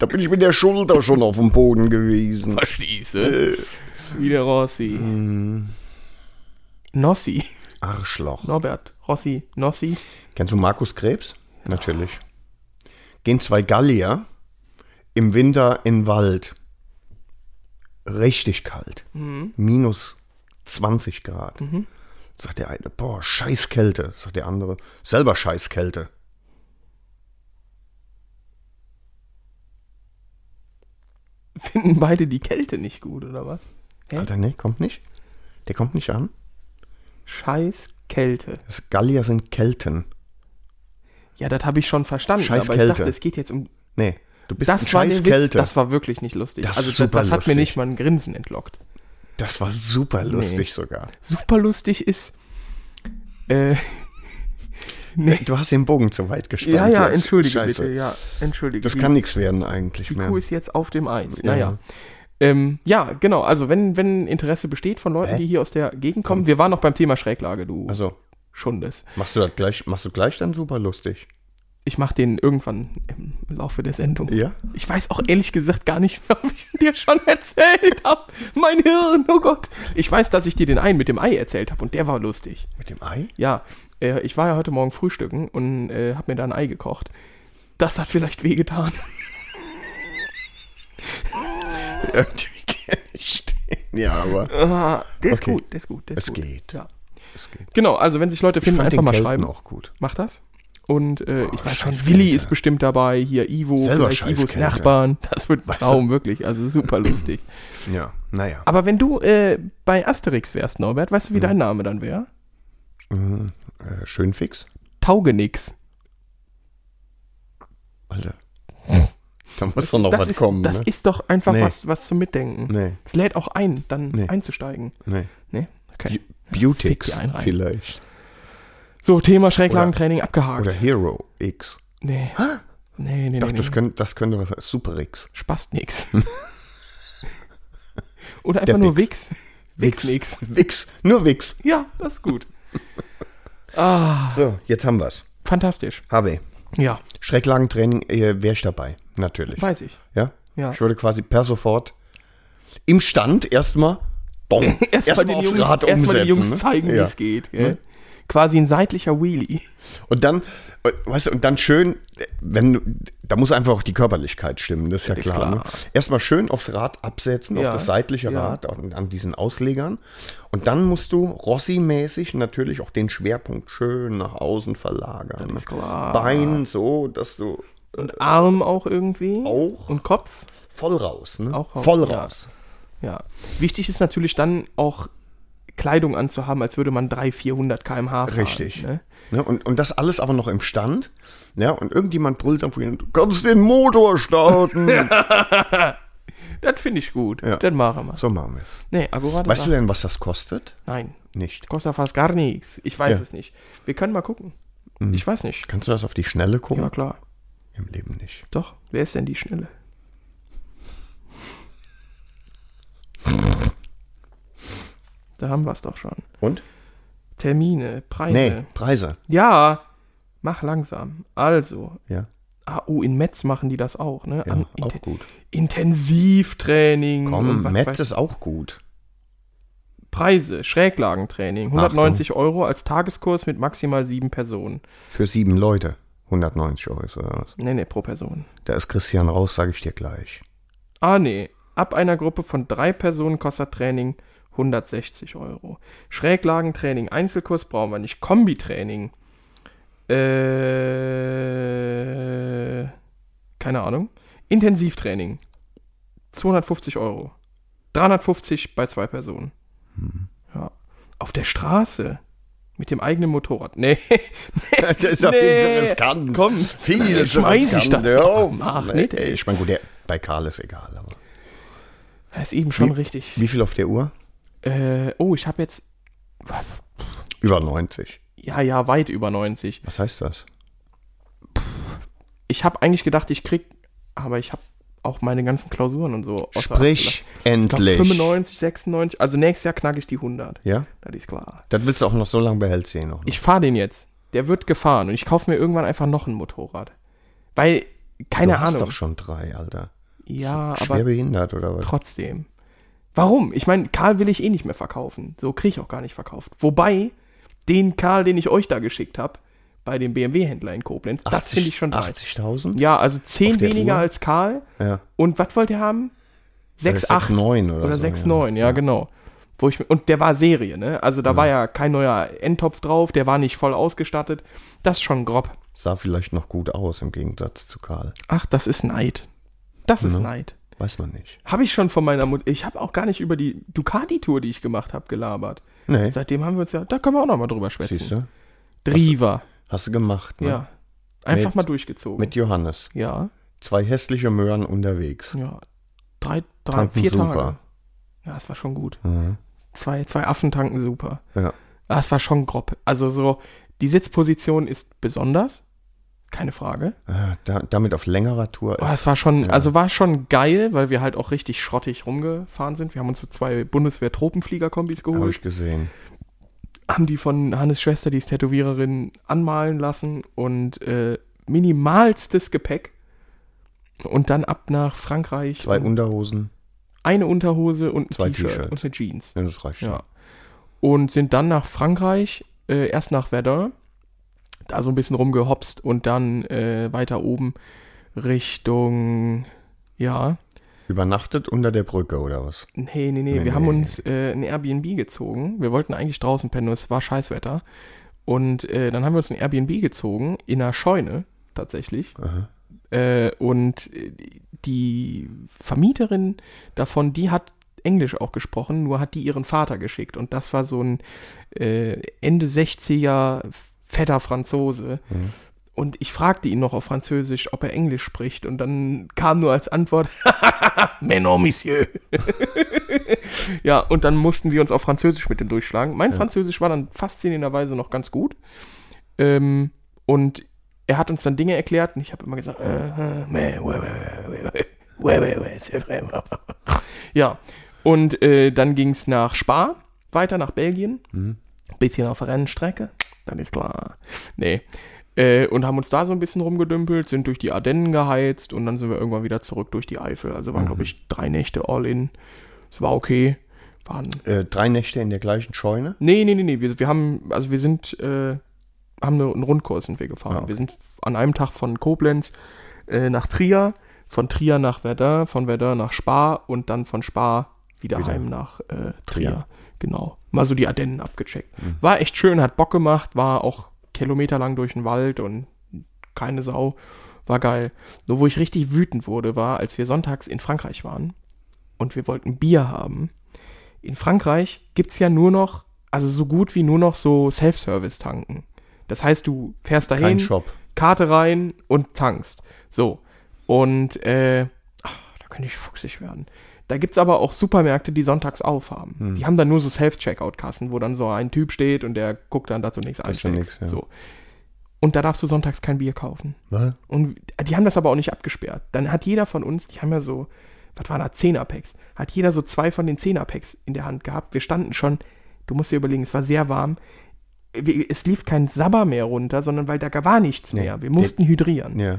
Speaker 3: Da bin ich mit der Schulter schon auf dem Boden gewesen.
Speaker 2: Verstehste? Wie der Äh. Rossi.
Speaker 3: Mhm.
Speaker 2: Nossi.
Speaker 3: Arschloch.
Speaker 2: Norbert. Rossi. Nossi.
Speaker 3: Kennst du Markus Krebs? Natürlich. Gehen zwei Gallier im Winter in den Wald. Richtig kalt. Minus 20 Grad. Sagt der eine, boah, scheiß Kälte. Sagt der andere, selber scheiß Kälte.
Speaker 2: Finden beide die Kälte nicht gut, oder was? Hä?
Speaker 3: Alter, nee, kommt nicht. Der kommt nicht an.
Speaker 2: Scheiß Kälte.
Speaker 3: Das Gallier sind Kelten.
Speaker 2: Ja, das habe ich schon verstanden.
Speaker 3: Scheiß
Speaker 2: aber ich
Speaker 3: Kälte.
Speaker 2: dachte, es geht jetzt um.
Speaker 3: Nee, du bist ein
Speaker 2: Das war,
Speaker 3: scheiß
Speaker 2: der Witz,
Speaker 3: Kälte.
Speaker 2: das war wirklich nicht lustig.
Speaker 3: Das ist
Speaker 2: also, das,
Speaker 3: super
Speaker 2: das hat mir
Speaker 3: lustig.
Speaker 2: nicht mal ein Grinsen entlockt.
Speaker 3: Das war super lustig sogar.
Speaker 2: Super lustig ist. Äh,
Speaker 3: Du hast den Bogen zu weit
Speaker 2: (laughs)
Speaker 3: gespannt.
Speaker 2: ja, ja,
Speaker 3: jetzt.
Speaker 2: entschuldige
Speaker 3: Scheiße.
Speaker 2: bitte. Ja, entschuldige.
Speaker 3: Das
Speaker 2: Die-
Speaker 3: kann nichts werden eigentlich
Speaker 2: Die
Speaker 3: mehr.
Speaker 2: Kuh ist jetzt auf dem Eis.
Speaker 3: Ja.
Speaker 2: Naja. Ähm, ja, genau. Also, wenn, wenn Interesse besteht von Leuten,
Speaker 3: Hä?
Speaker 2: die hier aus der Gegend kommen. Wir waren noch beim Thema Schräglage, du
Speaker 3: Also,
Speaker 2: Schundes.
Speaker 3: machst du das gleich, machst du gleich dann super lustig?
Speaker 2: Ich mache den irgendwann im Laufe der Sendung.
Speaker 3: Ja?
Speaker 2: Ich weiß auch ehrlich gesagt gar nicht mehr, (laughs) ob ich dir schon erzählt habe. Mein Hirn, oh Gott. Ich weiß, dass ich dir den einen mit dem Ei erzählt habe und der war lustig.
Speaker 3: Mit dem Ei?
Speaker 2: Ja, äh, ich war ja heute Morgen frühstücken und äh, habe mir da ein Ei gekocht. Das hat vielleicht wehgetan.
Speaker 3: (laughs) Ja, die kenn ich. ja
Speaker 2: (laughs)
Speaker 3: aber
Speaker 2: Ah, der ist
Speaker 3: Okay.
Speaker 2: gut, der ist gut, der ist
Speaker 3: Es
Speaker 2: gut.
Speaker 3: geht.
Speaker 2: Ja.
Speaker 3: es geht.
Speaker 2: Genau, also wenn sich Leute finden, einfach mal
Speaker 3: Kelten
Speaker 2: schreiben.
Speaker 3: auch gut.
Speaker 2: Mach das. Und äh, ich weiß schon,
Speaker 3: scheiß
Speaker 2: Willi
Speaker 3: Kälte.
Speaker 2: ist bestimmt dabei, hier Ivo,
Speaker 3: Selber
Speaker 2: vielleicht
Speaker 3: scheiß
Speaker 2: Ivos
Speaker 3: Kälte.
Speaker 2: Nachbarn. Das wird ein
Speaker 3: Weißt
Speaker 2: Traum, wirklich. Also super lustig.
Speaker 3: Ja, naja.
Speaker 2: Aber wenn du äh, bei Asterix wärst, Norbert, weißt du,
Speaker 3: Hm.
Speaker 2: wie dein Name dann wäre?
Speaker 3: Äh, schön fix.
Speaker 2: Taugenix.
Speaker 3: Alter.
Speaker 2: (laughs)
Speaker 3: Da muss doch noch
Speaker 2: Das,
Speaker 3: was
Speaker 2: ist,
Speaker 3: kommen.
Speaker 2: das
Speaker 3: ne?
Speaker 2: ist doch einfach
Speaker 3: Nee.
Speaker 2: was, was zum Mitdenken.
Speaker 3: Nee.
Speaker 2: Es lädt auch ein, dann
Speaker 3: Nee.
Speaker 2: einzusteigen.
Speaker 3: nee.
Speaker 2: Nee? Okay. Äh, Fick
Speaker 3: Beautix
Speaker 2: dir einen rein.
Speaker 3: vielleicht.
Speaker 2: So, Thema Schräglagentraining abgehakt.
Speaker 3: Oder Hero X.
Speaker 2: nee. Nee, nee, nee.
Speaker 3: Doch,
Speaker 2: nee.
Speaker 3: das könnte, das könnte was sein. Super X.
Speaker 2: Spaßt
Speaker 3: (laughs)
Speaker 2: nix. (laughs) Oder
Speaker 3: Der
Speaker 2: einfach nur
Speaker 3: Wix.
Speaker 2: Wix. Wix nix.
Speaker 3: Wix. Nur Wix.
Speaker 2: Ja, das ist gut. ah,
Speaker 3: So, jetzt haben wir's.
Speaker 2: fantastisch.
Speaker 3: HW.
Speaker 2: Ja,
Speaker 3: Schräglagentraining äh, wäre ich dabei. Natürlich.
Speaker 2: weiß ich.
Speaker 3: Ja?
Speaker 2: Ja.
Speaker 3: Ich würde quasi per sofort im Stand erstmal bong,
Speaker 2: (laughs) Erstmal den Jungs, erstmal die Jungs
Speaker 3: ne?
Speaker 2: zeigen, wie
Speaker 3: ja. Ne?
Speaker 2: es geht. gell? Quasi ein seitlicher Wheelie.
Speaker 3: Und dann, äh, weißt du, und dann schön, äh, wenn du- da muss einfach auch die Körperlichkeit stimmen, das ist ja
Speaker 2: Ist
Speaker 3: klar.
Speaker 2: klar.
Speaker 3: Ne? Erstmal schön aufs Rad absetzen,
Speaker 2: Ja,
Speaker 3: auf das seitliche
Speaker 2: ja.
Speaker 3: Rad, an, an diesen Auslegern. Und dann musst du Rossi-mäßig natürlich auch den Schwerpunkt schön nach außen verlagern. ne?
Speaker 2: ist klar.
Speaker 3: Bein so, dass du
Speaker 2: Und Arm auch irgendwie.
Speaker 3: Auch.
Speaker 2: Und Kopf.
Speaker 3: voll raus, ne?
Speaker 2: Auch raus,
Speaker 3: voll
Speaker 2: ja.
Speaker 3: raus.
Speaker 2: Ja. Wichtig ist natürlich dann auch Kleidung anzuhaben, als würde man 300, 400 km/h fahren.
Speaker 3: Richtig.
Speaker 2: Ne?
Speaker 3: Ne, und, und das alles aber noch im Stand. Ja, und irgendjemand brüllt dann vorhin, du kannst den Motor starten.
Speaker 2: Das finde ich gut.
Speaker 3: Ja.
Speaker 2: Das machen wir.
Speaker 3: so machen wir es.
Speaker 2: Nee, akkurat.
Speaker 3: Weißt du denn, was das kostet?
Speaker 2: Nein.
Speaker 3: Nicht.
Speaker 2: Kostet fast gar nichts. Ich weiß
Speaker 3: Ja. Mhm.
Speaker 2: es nicht. Wir können mal gucken. Ich weiß nicht.
Speaker 3: Kannst du das auf die Schnelle gucken?
Speaker 2: Ja, klar.
Speaker 3: Im Leben nicht.
Speaker 2: Doch. Wer ist denn die Schnelle? da haben wir es doch schon.
Speaker 3: Und?
Speaker 2: Termine, Preise.
Speaker 3: Nee, Preise.
Speaker 2: Ja, mach langsam. Also,
Speaker 3: Ja,
Speaker 2: ah, oh, in Metz machen die das auch, ne?
Speaker 3: ja
Speaker 2: Am
Speaker 3: auch
Speaker 2: Inten-
Speaker 3: gut.
Speaker 2: Intensivtraining.
Speaker 3: Komm,
Speaker 2: und was
Speaker 3: Matt
Speaker 2: weiß-
Speaker 3: ist auch gut.
Speaker 2: Preise, Schräglagentraining. 190 Euro als Tageskurs mit maximal sieben Personen.
Speaker 3: Für sieben Leute. 190 Euro oder was.
Speaker 2: Nee, nee, pro Person.
Speaker 3: Da ist Christian raus, sage ich dir gleich. (laughs)
Speaker 2: Ah, nee. Ab einer Gruppe von drei Personen kostet Training 160 Euro. Schräglagentraining, Einzelkurs brauchen wir nicht. Kombitraining. Äh. Keine Ahnung. Intensivtraining. 250 Euro. 350 bei zwei Personen. Ja. Auf der Straße. Mit dem eigenen Motorrad. Nee. (laughs)
Speaker 3: Das ist ja
Speaker 2: Nee,
Speaker 3: Komm, viel zu
Speaker 2: schmeiß ich da-
Speaker 3: Hör auf.
Speaker 2: Mach
Speaker 3: Nee,
Speaker 2: nicht, ey.
Speaker 3: Ich meine, gut, der, bei Karl ist egal. Aber.
Speaker 2: Das ist eben schon richtig.
Speaker 3: Wie viel auf der Uhr?
Speaker 2: Äh, oh, ich habe jetzt.
Speaker 3: Über 90.
Speaker 2: Ja, ja, weit über 90.
Speaker 3: Was heißt das?
Speaker 2: ich habe eigentlich gedacht, ich krieg, aber ich habe auch meine ganzen Klausuren und so. außer-
Speaker 3: Sprich
Speaker 2: ich glaub,
Speaker 3: endlich.
Speaker 2: 95, 96, also nächstes Jahr knacke ich die 100.
Speaker 3: Ja?
Speaker 2: Das ist klar.
Speaker 3: Das willst du auch noch so lange behältst du ihn noch. ne?
Speaker 2: Ich fahre den jetzt. Der wird gefahren und ich kaufe mir irgendwann einfach noch ein Motorrad. Weil, keine
Speaker 3: du hast
Speaker 2: Ahnung.
Speaker 3: doch schon drei, Alter.
Speaker 2: ja,
Speaker 3: Schwer
Speaker 2: aber
Speaker 3: behindert oder was?
Speaker 2: trotzdem. Warum? Ich meine, Karl will ich eh nicht mehr verkaufen. So kriege ich auch gar nicht verkauft. Wobei, den Karl, den ich euch da geschickt habe, bei dem BMW-Händler in Koblenz, das
Speaker 3: 80
Speaker 2: finde ich schon dreist.
Speaker 3: 80.000?
Speaker 2: Ja, also 10
Speaker 3: Auf der
Speaker 2: weniger
Speaker 3: Uhr?
Speaker 2: als Karl.
Speaker 3: Ja.
Speaker 2: Und was wollt ihr haben? 6,8
Speaker 3: 6,9 Äh, oder
Speaker 2: oder
Speaker 3: so,
Speaker 2: 6,9, ja, genau. Wo ich, und der war Serie, ne? Also da war ja kein neuer Endtopf drauf, der war nicht voll ausgestattet. Das ist schon grob.
Speaker 3: Sah vielleicht noch gut aus im Gegensatz zu Karl.
Speaker 2: Ach, das ist Neid. Das ist Neid.
Speaker 3: Weiß man nicht.
Speaker 2: Habe ich schon von meiner Mutter. Ich habe auch gar nicht über die Ducati-Tour, die ich gemacht habe, gelabert.
Speaker 3: Nee.
Speaker 2: Seitdem haben wir uns ja. Da können wir auch nochmal drüber
Speaker 3: Siehst
Speaker 2: schwätzen.
Speaker 3: du?
Speaker 2: Driva.
Speaker 3: Hast du gemacht, ne?
Speaker 2: Ja. Einfach
Speaker 3: Mit-
Speaker 2: mal durchgezogen.
Speaker 3: Mit Johannes.
Speaker 2: ja.
Speaker 3: Zwei hässliche Möhren unterwegs.
Speaker 2: Ja. Drei, drei
Speaker 3: Tanken
Speaker 2: vier
Speaker 3: super.
Speaker 2: Tage. Ja, es war schon gut.
Speaker 3: Mhm.
Speaker 2: Zwei, zwei Affen tanken super.
Speaker 3: Ja.
Speaker 2: Ah, es war schon grob. Also so, die Sitzposition ist besonders, keine Frage.
Speaker 3: Ah, Da, damit auf längerer Tour
Speaker 2: Aber
Speaker 3: ist.
Speaker 2: es war schon, also war schon geil, weil wir halt auch richtig schrottig rumgefahren sind. Wir haben uns so zwei Bundeswehr-Tropenflieger-Kombis
Speaker 3: Habe
Speaker 2: geholt,
Speaker 3: ich gesehen.
Speaker 2: haben die von Hannes Schwester, die ist Tätowiererin, anmalen lassen und äh, minimalstes Gepäck. Und dann ab nach Frankreich.
Speaker 3: Zwei
Speaker 2: und
Speaker 3: Unterhosen.
Speaker 2: eine Unterhose und ein
Speaker 3: Zwei
Speaker 2: T-Shirt
Speaker 3: T-Shirts.
Speaker 2: und eine Jeans.
Speaker 3: Ja, das reicht
Speaker 2: Ja. Und sind dann nach Frankreich, äh, erst nach Verdun, da so ein bisschen rumgehopst und dann äh, weiter oben Richtung, ja,
Speaker 3: schon. Übernachtet unter der Brücke oder was?
Speaker 2: nee, nee, nee, wir
Speaker 3: Nee,
Speaker 2: haben
Speaker 3: nee.
Speaker 2: uns äh, ein Airbnb gezogen. Wir wollten eigentlich draußen pennen, es war Scheißwetter. Und äh, dann haben wir uns ein Airbnb gezogen, in einer Scheune tatsächlich.
Speaker 3: Aha.
Speaker 2: Äh, und äh, die Vermieterin davon, die hat Englisch auch gesprochen, nur hat die ihren Vater geschickt. Und das war so ein äh, Ende 60er fetter Franzose.
Speaker 3: Mhm.
Speaker 2: Und ich fragte ihn noch auf Französisch, ob er Englisch spricht. Und dann kam nur als Antwort, (laughs) Mais non, monsieur. ja, und dann mussten wir uns auf Französisch mit dem durchschlagen. Mein Französisch war dann faszinierenderweise noch ganz gut. Ähm, und er hat uns dann Dinge erklärt und ich habe immer gesagt, äh, äh, meh, weh, weh, weh, weh, weh, weh, weh, ist ja fremd. ja, und äh, dann ging es nach Spa, weiter nach Belgien, bisschen auf der Rennstrecke, dann ist klar. Nee. Äh, und haben uns da so ein bisschen rumgedümpelt, sind durch die Ardennen geheizt und dann sind wir irgendwann wieder zurück durch die Eifel. Also waren, glaube ich, drei Nächte all in. Es war okay. Waren
Speaker 3: Äh, drei Nächte in der gleichen Scheune?
Speaker 2: Nee, nee, nee, nee. Wir, wir haben, also wir sind, äh, haben eine, einen Rundkurs sind wir gefahren.
Speaker 3: Ah, okay.
Speaker 2: Wir sind an einem Tag von Koblenz äh, nach Trier, von Trier nach Verdun, von Verdun nach Spa und dann von Spa wieder,
Speaker 3: Wieder.
Speaker 2: heim nach äh, Trier.
Speaker 3: Trier. Mhm.
Speaker 2: Genau. Mal so die Ardennen abgecheckt. War echt schön, hat Bock gemacht, war auch kilometerlang durch den Wald und keine Sau. War geil. Nur wo ich richtig wütend wurde, war, als wir sonntags in Frankreich waren und wir wollten Bier haben. In Frankreich gibt es ja nur noch, also so gut wie nur noch so Self-Service-Tanken. Das heißt, du fährst dahin,
Speaker 3: Kein Shop.
Speaker 2: Karte rein und tankst. So. Und äh, ach, da könnte ich fuchsig werden. Da gibt es aber auch Supermärkte, die sonntags aufhaben.
Speaker 3: Hm.
Speaker 2: Die haben dann nur so Self-Checkout-Kassen, wo dann so ein Typ steht und der guckt dann, dass du nichts
Speaker 3: Dass du
Speaker 2: einsteckst.
Speaker 3: nichts, ja.
Speaker 2: So. Und da darfst du sonntags kein Bier kaufen.
Speaker 3: Was?
Speaker 2: Und die haben das aber auch nicht abgesperrt. Dann hat jeder von uns, die haben ja so, was waren da, 10er Packs, hat jeder so zwei von den 10er Packs in der Hand gehabt. Wir standen schon, du musst dir überlegen, es war sehr warm. Wir- Es lief kein Sabber mehr runter, sondern weil da war nichts
Speaker 3: Nee,
Speaker 2: mehr. Wir
Speaker 3: die-
Speaker 2: mussten hydrieren.
Speaker 3: Ja.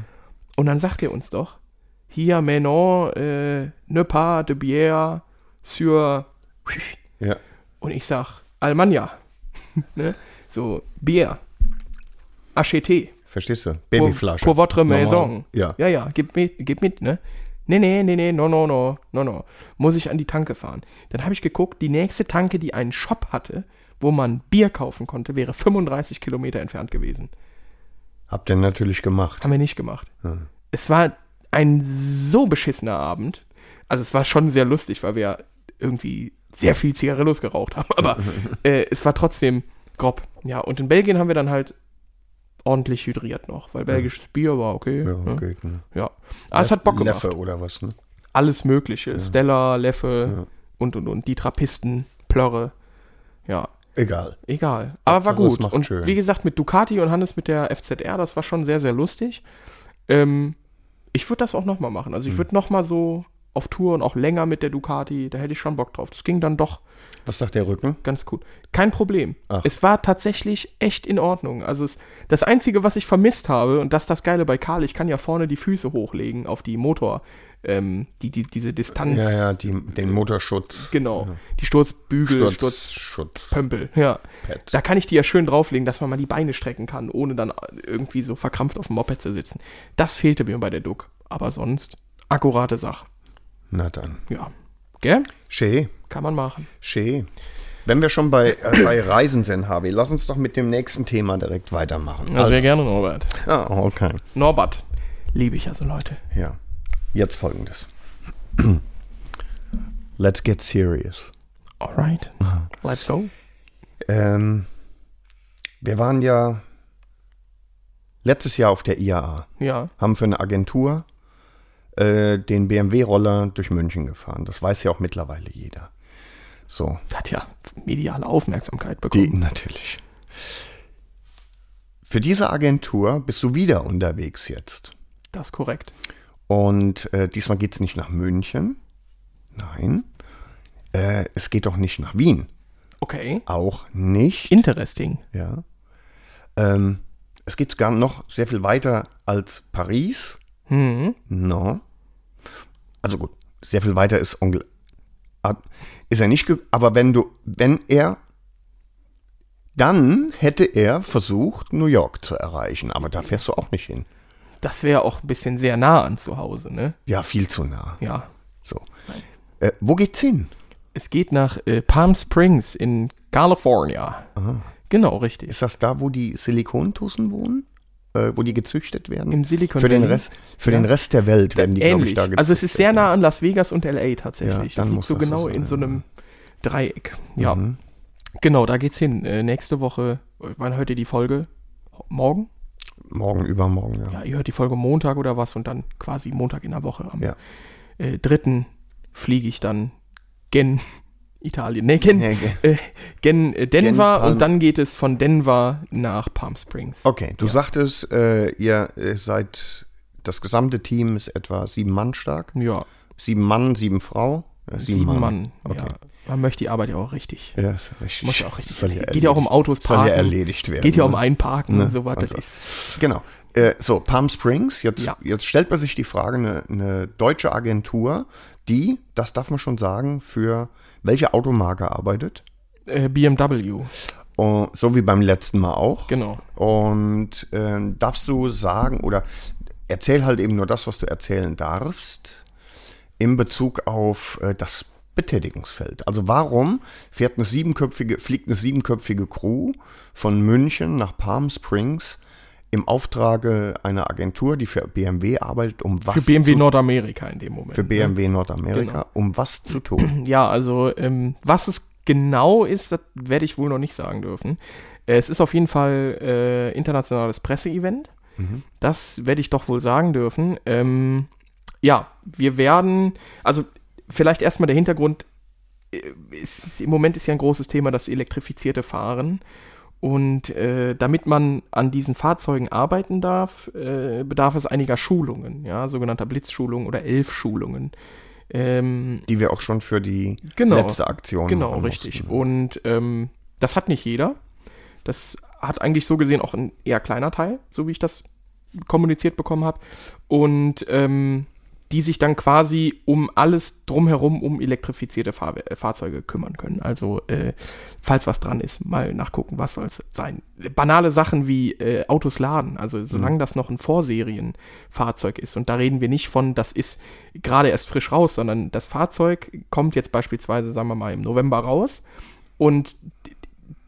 Speaker 2: Und dann sagt er uns doch, hier, mais non, äh, ne pas de bière sur.
Speaker 3: Ja.
Speaker 2: Und ich sag, Almanja. (laughs) ne? So, E Bier. HET.
Speaker 3: Verstehst du?
Speaker 2: Pour-
Speaker 3: Babyflasche.
Speaker 2: Pour votre
Speaker 3: Normal.
Speaker 2: maison.
Speaker 3: Ja.
Speaker 2: Ja, ja, gib mit, gib mit, ne? Nee, nee, nee, nee, no, no, no, no, no. Muss ich an die Tanke fahren. Dann habe ich geguckt, die nächste Tanke, die einen Shop hatte, wo man Bier kaufen konnte, wäre 35 Kilometer entfernt gewesen.
Speaker 3: Habt ihr natürlich gemacht.
Speaker 2: Haben wir nicht gemacht. Es war ein so beschissener Abend. Also es war schon sehr lustig, weil wir irgendwie sehr viel Zigarillos geraucht haben.
Speaker 3: (laughs)
Speaker 2: Aber äh, es war trotzdem grob. Ja, und in Belgien haben wir dann halt ordentlich hydriert noch, weil belgisches Bier war okay.
Speaker 3: Ja,
Speaker 2: ne?
Speaker 3: geht, ne?
Speaker 2: Ja. Aber es hat Bock gemacht.
Speaker 3: Leffe oder was, ne?
Speaker 2: Alles Mögliche. Stella, Leffe und und und. Die Trappisten, Plörre. Ja,
Speaker 3: Egal.
Speaker 2: egal. Aber war
Speaker 3: Hauptsache, es
Speaker 2: gut.
Speaker 3: macht
Speaker 2: Und
Speaker 3: schön.
Speaker 2: wie gesagt, mit Ducati und Hannes mit der FZR, das war schon sehr, sehr lustig. Ähm, ich würde das auch nochmal machen. Also ich
Speaker 3: Mhm.
Speaker 2: würde nochmal so auf Tour und auch länger mit der Ducati, da hätte ich schon Bock drauf. Das ging dann doch
Speaker 3: Was sagt der Rücken?
Speaker 2: ganz gut. Kein Problem.
Speaker 3: Ach.
Speaker 2: Es war tatsächlich echt in Ordnung. Also es, das Einzige, was ich vermisst habe, und das ist das Geile bei Karl, ich kann ja vorne die Füße hochlegen auf die Motor, ähm, die, die, diese Distanz.
Speaker 3: Ja, ja, die, den Motorschutz.
Speaker 2: Genau. Die Sturzbügel, Sturz,
Speaker 3: Sturzschutz.
Speaker 2: Pömpel, ja.
Speaker 3: Pads.
Speaker 2: Da kann ich die ja schön drauflegen, dass man mal die Beine strecken kann, ohne dann irgendwie so verkrampft auf dem Moped zu sitzen. Das fehlte mir bei der Duck. Aber sonst, akkurate Sache.
Speaker 3: Na dann.
Speaker 2: Ja. Gell?
Speaker 3: Schön,
Speaker 2: Kann man machen.
Speaker 3: schön. Wenn wir schon bei, äh, bei Reisen sind, Harvey, lass uns doch mit dem nächsten Thema direkt weitermachen.
Speaker 2: Ja, sehr gerne, Norbert.
Speaker 3: ah, okay.
Speaker 2: Norbert. Liebe ich also, Leute.
Speaker 3: Ja. Jetzt folgendes. (clears throat) Let's get serious. (laughs)
Speaker 2: Alright. Let's go.
Speaker 3: Ähm, wir waren ja letztes Jahr auf der IAA,
Speaker 2: Ja.
Speaker 3: haben für eine Agentur äh, den BMW-Roller durch München gefahren. Das weiß ja auch mittlerweile jeder. So,
Speaker 2: Hat ja mediale Aufmerksamkeit
Speaker 3: die
Speaker 2: bekommen.
Speaker 3: natürlich. Für diese Agentur bist du wieder unterwegs jetzt.
Speaker 2: Das ist korrekt.
Speaker 3: Und äh, diesmal geht es nicht nach München. Nein. Äh, es geht auch nicht nach Wien.
Speaker 2: Okay.
Speaker 3: Auch nicht.
Speaker 2: Interesting.
Speaker 3: Ja. Ähm, es geht sogar noch sehr viel weiter als Paris.
Speaker 2: Hm.
Speaker 3: No. Also gut, sehr viel weiter ist Onkel. Ad- Ist er nicht, ge- aber wenn du, wenn er, dann hätte er versucht, New York zu erreichen, aber da fährst du auch nicht hin.
Speaker 2: Das wäre auch ein bisschen sehr nah an zu Hause, ne?
Speaker 3: Ja, viel zu nah.
Speaker 2: Ja.
Speaker 3: So. Äh, wo geht's hin?
Speaker 2: Es geht nach äh, Palm Springs in California. Genau, richtig.
Speaker 3: Ist das da, wo die Silikontussen wohnen? Äh, wo die gezüchtet werden?
Speaker 2: Im Silicon
Speaker 3: für den
Speaker 2: Valley?
Speaker 3: Rest, Für den Rest der Welt werden die, glaube ich,
Speaker 2: Ähnlich.
Speaker 3: da gezüchtet.
Speaker 2: also es ist sehr nah an Las Vegas und LA
Speaker 3: Ja,
Speaker 2: tatsächlich.
Speaker 3: dann
Speaker 2: das liegt
Speaker 3: muss
Speaker 2: so
Speaker 3: das so
Speaker 2: genau
Speaker 3: sein, Mhm.
Speaker 2: in so einem Dreieck. Ja. Genau, da geht's hin. Äh, nächste Woche, wann hört ihr die Folge? Morgen?
Speaker 3: Morgen, übermorgen, ja.
Speaker 2: Ja, ihr hört die Folge Montag oder was und dann quasi Montag in der Woche. Am
Speaker 3: Ja.
Speaker 2: äh, dritten fliege ich dann gen (laughs) Italien. Nee, gen,
Speaker 3: Nee, gen-
Speaker 2: äh, gen äh, Denver
Speaker 3: Palm-
Speaker 2: und dann geht es von Denver nach Palm Springs.
Speaker 3: Okay, du sagtest, äh, ihr äh, seid, das gesamte Team ist etwa sieben Mann stark.
Speaker 2: Ja,
Speaker 3: Sieben Mann, sieben Frau. Äh,
Speaker 2: sieben Mann.
Speaker 3: Okay.
Speaker 2: Ja. Man möchte die Arbeit ja auch richtig.
Speaker 3: Ja, ist ja richtig.
Speaker 2: Muss ja auch richtig.
Speaker 3: Soll ja
Speaker 2: geht ja auch um Autos
Speaker 3: Soll ja
Speaker 2: parken.
Speaker 3: erledigt werden.
Speaker 2: Geht ja um
Speaker 3: ne?
Speaker 2: Einparken
Speaker 3: Ne?
Speaker 2: und so weiter. Das
Speaker 3: Also.
Speaker 2: ist
Speaker 3: Genau. Äh, so, Palm Springs, jetzt,
Speaker 2: Ja.
Speaker 3: jetzt stellt man sich die Frage, eine, eine deutsche Agentur, die, das darf man schon sagen, für welche Automarke arbeitet.
Speaker 2: äh, BMW,
Speaker 3: Oh, so wie beim letzten Mal auch.
Speaker 2: genau.
Speaker 3: Und ähm, darfst du sagen oder erzähl halt eben nur das, was du erzählen darfst, in Bezug auf äh, das Betätigungsfeld. Also warum fährt eine siebenköpfige, fliegt eine siebenköpfige Crew von München nach Palm Springs im Auftrage einer Agentur, die für BMW arbeitet, um was
Speaker 2: Für BMW
Speaker 3: zu,
Speaker 2: Nordamerika in dem Moment.
Speaker 3: für BMW Nordamerika,
Speaker 2: Genau.
Speaker 3: um was zu tun?
Speaker 2: ne? Ja, also ähm, was es genau ist, das werde ich wohl noch nicht sagen dürfen. Es ist auf jeden Fall äh, internationales Presseevent. Das werde ich doch wohl sagen dürfen. Ähm, ja, wir werden, also vielleicht erstmal der Hintergrund, äh, ist, im Moment ist ja ein großes Thema das elektrifizierte Fahren. Und äh, damit man an diesen Fahrzeugen arbeiten darf, äh, bedarf es einiger Schulungen, ja, sogenannter Blitzschulungen oder Elfschulungen. Ähm,
Speaker 3: Die wir auch schon für die
Speaker 2: Genau.
Speaker 3: letzte Aktion
Speaker 2: genau,
Speaker 3: machen
Speaker 2: richtig.
Speaker 3: mussten.
Speaker 2: Und ähm, das hat nicht jeder. Das hat eigentlich so gesehen auch ein eher kleiner Teil, so wie ich das kommuniziert bekommen habe. Und ähm, die sich dann quasi um alles drumherum um elektrifizierte Fahr äh, Fahrzeuge kümmern können. Also äh, falls was dran ist, mal nachgucken, was soll es sein. Banale Sachen wie äh, Autos laden, also solange das noch ein Vorserienfahrzeug ist. Und da reden wir nicht von, das ist gerade erst frisch raus, sondern das Fahrzeug kommt jetzt beispielsweise, sagen wir mal, im November raus und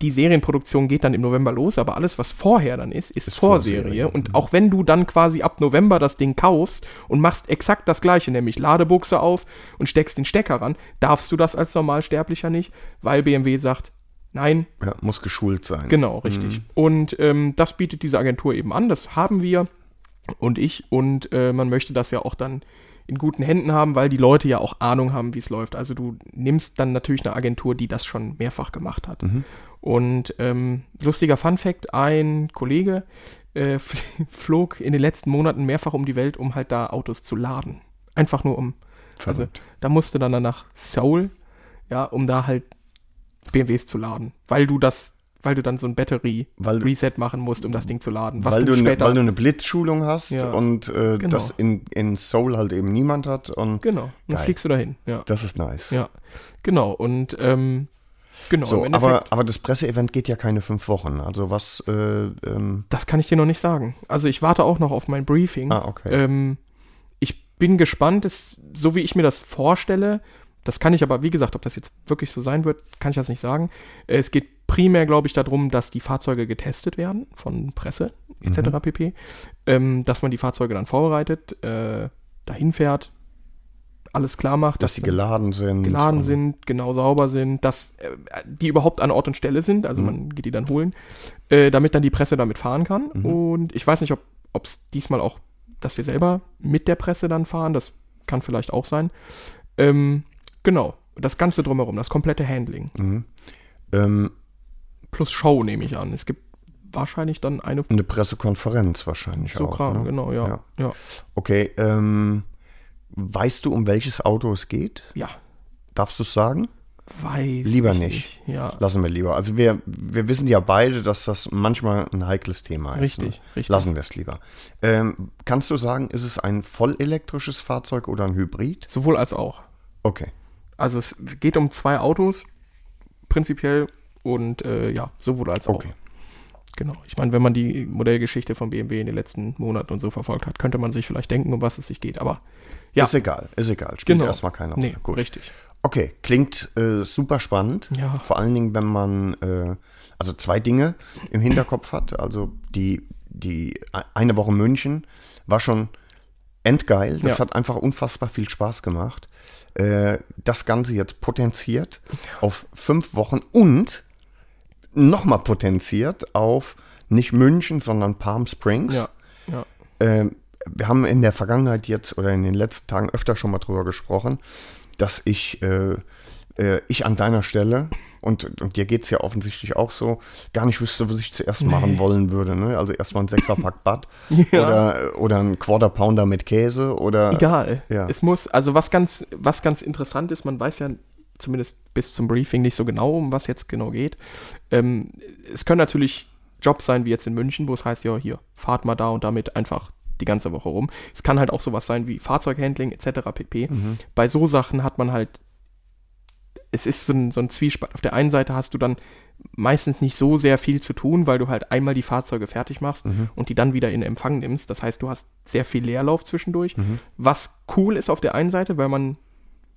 Speaker 2: die Serienproduktion geht dann im November los, aber alles, was vorher dann ist, ist, Vorserie. Mhm.
Speaker 3: Vorserie.
Speaker 2: Und auch wenn du dann quasi ab November das Ding kaufst und machst exakt das Gleiche, nämlich Ladebuchse auf und steckst den Stecker ran, darfst du das als Normalsterblicher nicht, weil BMW sagt, nein,
Speaker 3: Ja, muss geschult sein.
Speaker 2: Genau, richtig. Und ähm, das bietet diese Agentur eben an, das haben wir und ich. Und äh, man möchte das ja auch dann in guten Händen haben, weil die Leute ja auch Ahnung haben, wie es läuft. Also du nimmst dann natürlich eine Agentur, die das schon mehrfach gemacht hat. Und ähm, lustiger Fun fact, ein Kollege äh, (laughs) fl- flog in den letzten Monaten mehrfach um die Welt, um halt da Autos zu laden. Einfach nur um. Also
Speaker 3: Verrückt.
Speaker 2: da musste dann nach Seoul, ja, um da halt BMWs zu laden, weil du das, weil du dann so ein Battery
Speaker 3: Weil du-
Speaker 2: Reset machen musst, um das Ding zu laden,
Speaker 3: weil, du ne, weil du eine Blitzschulung hast
Speaker 2: Ja.
Speaker 3: und äh,
Speaker 2: Genau.
Speaker 3: das in, in Seoul halt eben niemand hat. Und
Speaker 2: genau, und dann
Speaker 3: Geil.
Speaker 2: fliegst du dahin, ja,
Speaker 3: das ist nice.
Speaker 2: ja, genau und ähm, genau.
Speaker 3: So,
Speaker 2: im Endeffekt-
Speaker 3: aber, aber das Presseevent geht ja keine fünf Wochen. Also was, äh, ähm,
Speaker 2: Das kann ich dir noch nicht sagen. Also ich warte auch noch auf mein Briefing.
Speaker 3: ah, okay.
Speaker 2: Ähm, ich bin gespannt, es, so wie ich mir das vorstelle, das kann ich aber, wie gesagt, ob das jetzt wirklich so sein wird, kann ich das nicht sagen. Äh, Es geht primär, glaube ich, darum, dass die Fahrzeuge getestet werden von Presse
Speaker 3: Mhm.
Speaker 2: etc. pp. Ähm, dass man die Fahrzeuge dann vorbereitet, äh, dahin fährt, alles klar macht,
Speaker 3: dass sie
Speaker 2: dann-
Speaker 3: geladen sind.
Speaker 2: geladen
Speaker 3: und-
Speaker 2: sind, genau sauber sind, dass äh, die überhaupt an Ort und Stelle sind,
Speaker 3: Mhm.
Speaker 2: also man geht die dann holen, äh, damit dann die Presse damit fahren kann.
Speaker 3: Mhm.
Speaker 2: Und ich weiß nicht, ob es diesmal auch, dass wir selber mit der Presse dann fahren, das kann vielleicht auch sein. Ähm, genau, das Ganze drumherum, das komplette Handling.
Speaker 3: mhm. Ähm,
Speaker 2: Plus Show nehme ich an. Es gibt wahrscheinlich dann eine
Speaker 3: eine Pressekonferenz wahrscheinlich
Speaker 2: so
Speaker 3: auch.
Speaker 2: Kram,
Speaker 3: ne?
Speaker 2: genau, ja. Ja, ja.
Speaker 3: Okay, ähm, weißt du, um welches Auto es geht? Darfst du es sagen?
Speaker 2: weiß
Speaker 3: Lieber
Speaker 2: ich
Speaker 3: nicht.
Speaker 2: Ja,
Speaker 3: Lassen wir lieber. Also wir, wir wissen ja beide, dass das manchmal ein heikles Thema ist.
Speaker 2: Richtig,
Speaker 3: ne?
Speaker 2: richtig.
Speaker 3: Lassen wir es lieber. Ähm, kannst du sagen, ist es ein vollelektrisches Fahrzeug oder ein Hybrid?
Speaker 2: sowohl als auch.
Speaker 3: Okay.
Speaker 2: Also es geht um zwei Autos prinzipiell und äh, ja, sowohl als auch.
Speaker 3: Okay.
Speaker 2: Genau. Ich meine, wenn man die Modellgeschichte von BMW in den letzten Monaten und so verfolgt hat, könnte man sich vielleicht denken, um was es sich geht. Aber ja,
Speaker 3: Ist egal, ist egal. Spielt
Speaker 2: genau.
Speaker 3: erstmal keine Rolle.
Speaker 2: nee,
Speaker 3: Gut.
Speaker 2: Richtig.
Speaker 3: Okay, klingt äh, super spannend.
Speaker 2: Ja.
Speaker 3: Vor allen Dingen, wenn man äh, also zwei Dinge im Hinterkopf hat. Also die, die e- eine Woche München war schon endgeil.
Speaker 2: Ja.
Speaker 3: Das hat einfach unfassbar viel Spaß gemacht. Äh, das Ganze jetzt potenziert auf fünf Wochen und nochmal potenziert auf nicht München, sondern Palm Springs.
Speaker 2: Ja, ja,
Speaker 3: Ähm, wir haben in der Vergangenheit jetzt oder in den letzten Tagen öfter schon mal drüber gesprochen, dass ich, äh, äh, ich an deiner Stelle, und, und dir geht es ja offensichtlich auch so, gar nicht wüsste, was ich zuerst machen wollen würde. Ne? Also erstmal
Speaker 2: (laughs)
Speaker 3: ein Sechserpack Bad
Speaker 2: Ja.
Speaker 3: oder, oder ein Quarter Pounder mit Käse oder.
Speaker 2: Egal.
Speaker 3: ja.
Speaker 2: Es muss, also was ganz, was ganz interessant ist, man weiß ja zumindest bis zum Briefing nicht so genau, um was jetzt genau geht. Ähm, es können natürlich Jobs sein, wie jetzt in München, wo es heißt, ja, hier, fahrt mal da und damit einfach die ganze Woche rum. Es kann halt auch sowas sein wie Fahrzeughandling etc. pp.
Speaker 3: Mhm.
Speaker 2: Bei so Sachen hat man halt, es ist so ein, so ein Zwiespalt. Auf der einen Seite hast du dann meistens nicht so sehr viel zu tun, weil du halt einmal die Fahrzeuge fertig machst und die dann wieder in Empfang nimmst. Das heißt, du hast sehr viel Leerlauf zwischendurch, was cool ist auf der einen Seite, weil man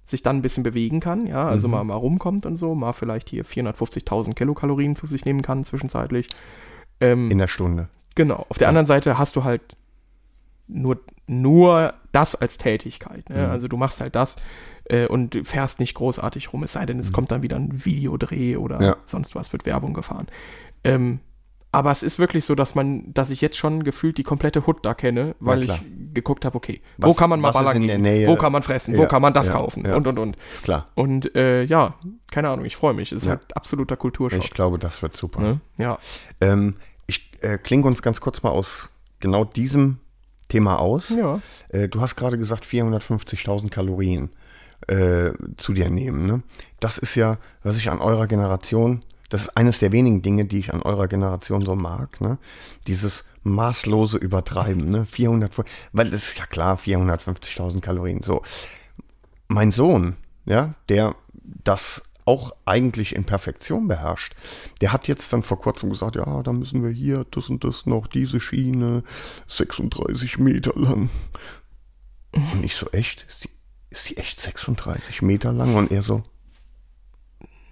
Speaker 2: sich dann ein bisschen bewegen kann, ja, also mal, mal rumkommt und so, mal vielleicht hier 450.000 Kilokalorien zu sich nehmen kann zwischenzeitlich. Ähm,
Speaker 3: In der Stunde.
Speaker 2: Genau. Auf der anderen Seite hast du halt nur, nur das als Tätigkeit.
Speaker 3: Mhm.
Speaker 2: Ne? Also du machst halt das äh, und du fährst nicht großartig rum, es sei denn, es kommt dann wieder ein Videodreh oder
Speaker 3: Mhm. Ja.
Speaker 2: sonst was, wird Werbung gefahren. Ähm, aber es ist wirklich so, dass man, dass ich jetzt schon gefühlt die komplette Hood da kenne, weil
Speaker 3: klar.
Speaker 2: ich geguckt habe, okay, wo
Speaker 3: Was-
Speaker 2: kann man mal
Speaker 3: was ist
Speaker 2: ballern
Speaker 3: in der
Speaker 2: gehen,
Speaker 3: Nähe?
Speaker 2: wo kann man fressen, wo
Speaker 3: Ja,
Speaker 2: kann man das
Speaker 3: ja,
Speaker 2: kaufen
Speaker 3: ja.
Speaker 2: und und und.
Speaker 3: Klar.
Speaker 2: Und äh, ja, keine Ahnung, ich freue mich. Es ist
Speaker 3: Ja.
Speaker 2: halt absoluter
Speaker 3: Ich
Speaker 2: Kulturschock.
Speaker 3: glaube, das wird super.
Speaker 2: Ne? Ja,
Speaker 3: Ähm, ich äh, klinge uns ganz kurz mal aus genau diesem Thema aus.
Speaker 2: ja.
Speaker 3: Äh, du hast gerade gesagt, 450.000 Kalorien äh, zu dir nehmen. Ne? Das ist ja, was ich an eurer Generation, das ist eines der wenigen Dinge, die ich an eurer Generation so mag. Ne? Dieses maßlose Übertreiben. Ne? 400, weil es ist ja klar, 450.000 Kalorien. So, mein Sohn, ja, der das auch eigentlich in Perfektion beherrscht, der hat jetzt dann vor kurzem gesagt, ja, da müssen wir hier das und das noch, diese Schiene, 36 Meter lang. Und ich so, echt? Ist die, ist die echt 36 Meter lang? Und er so,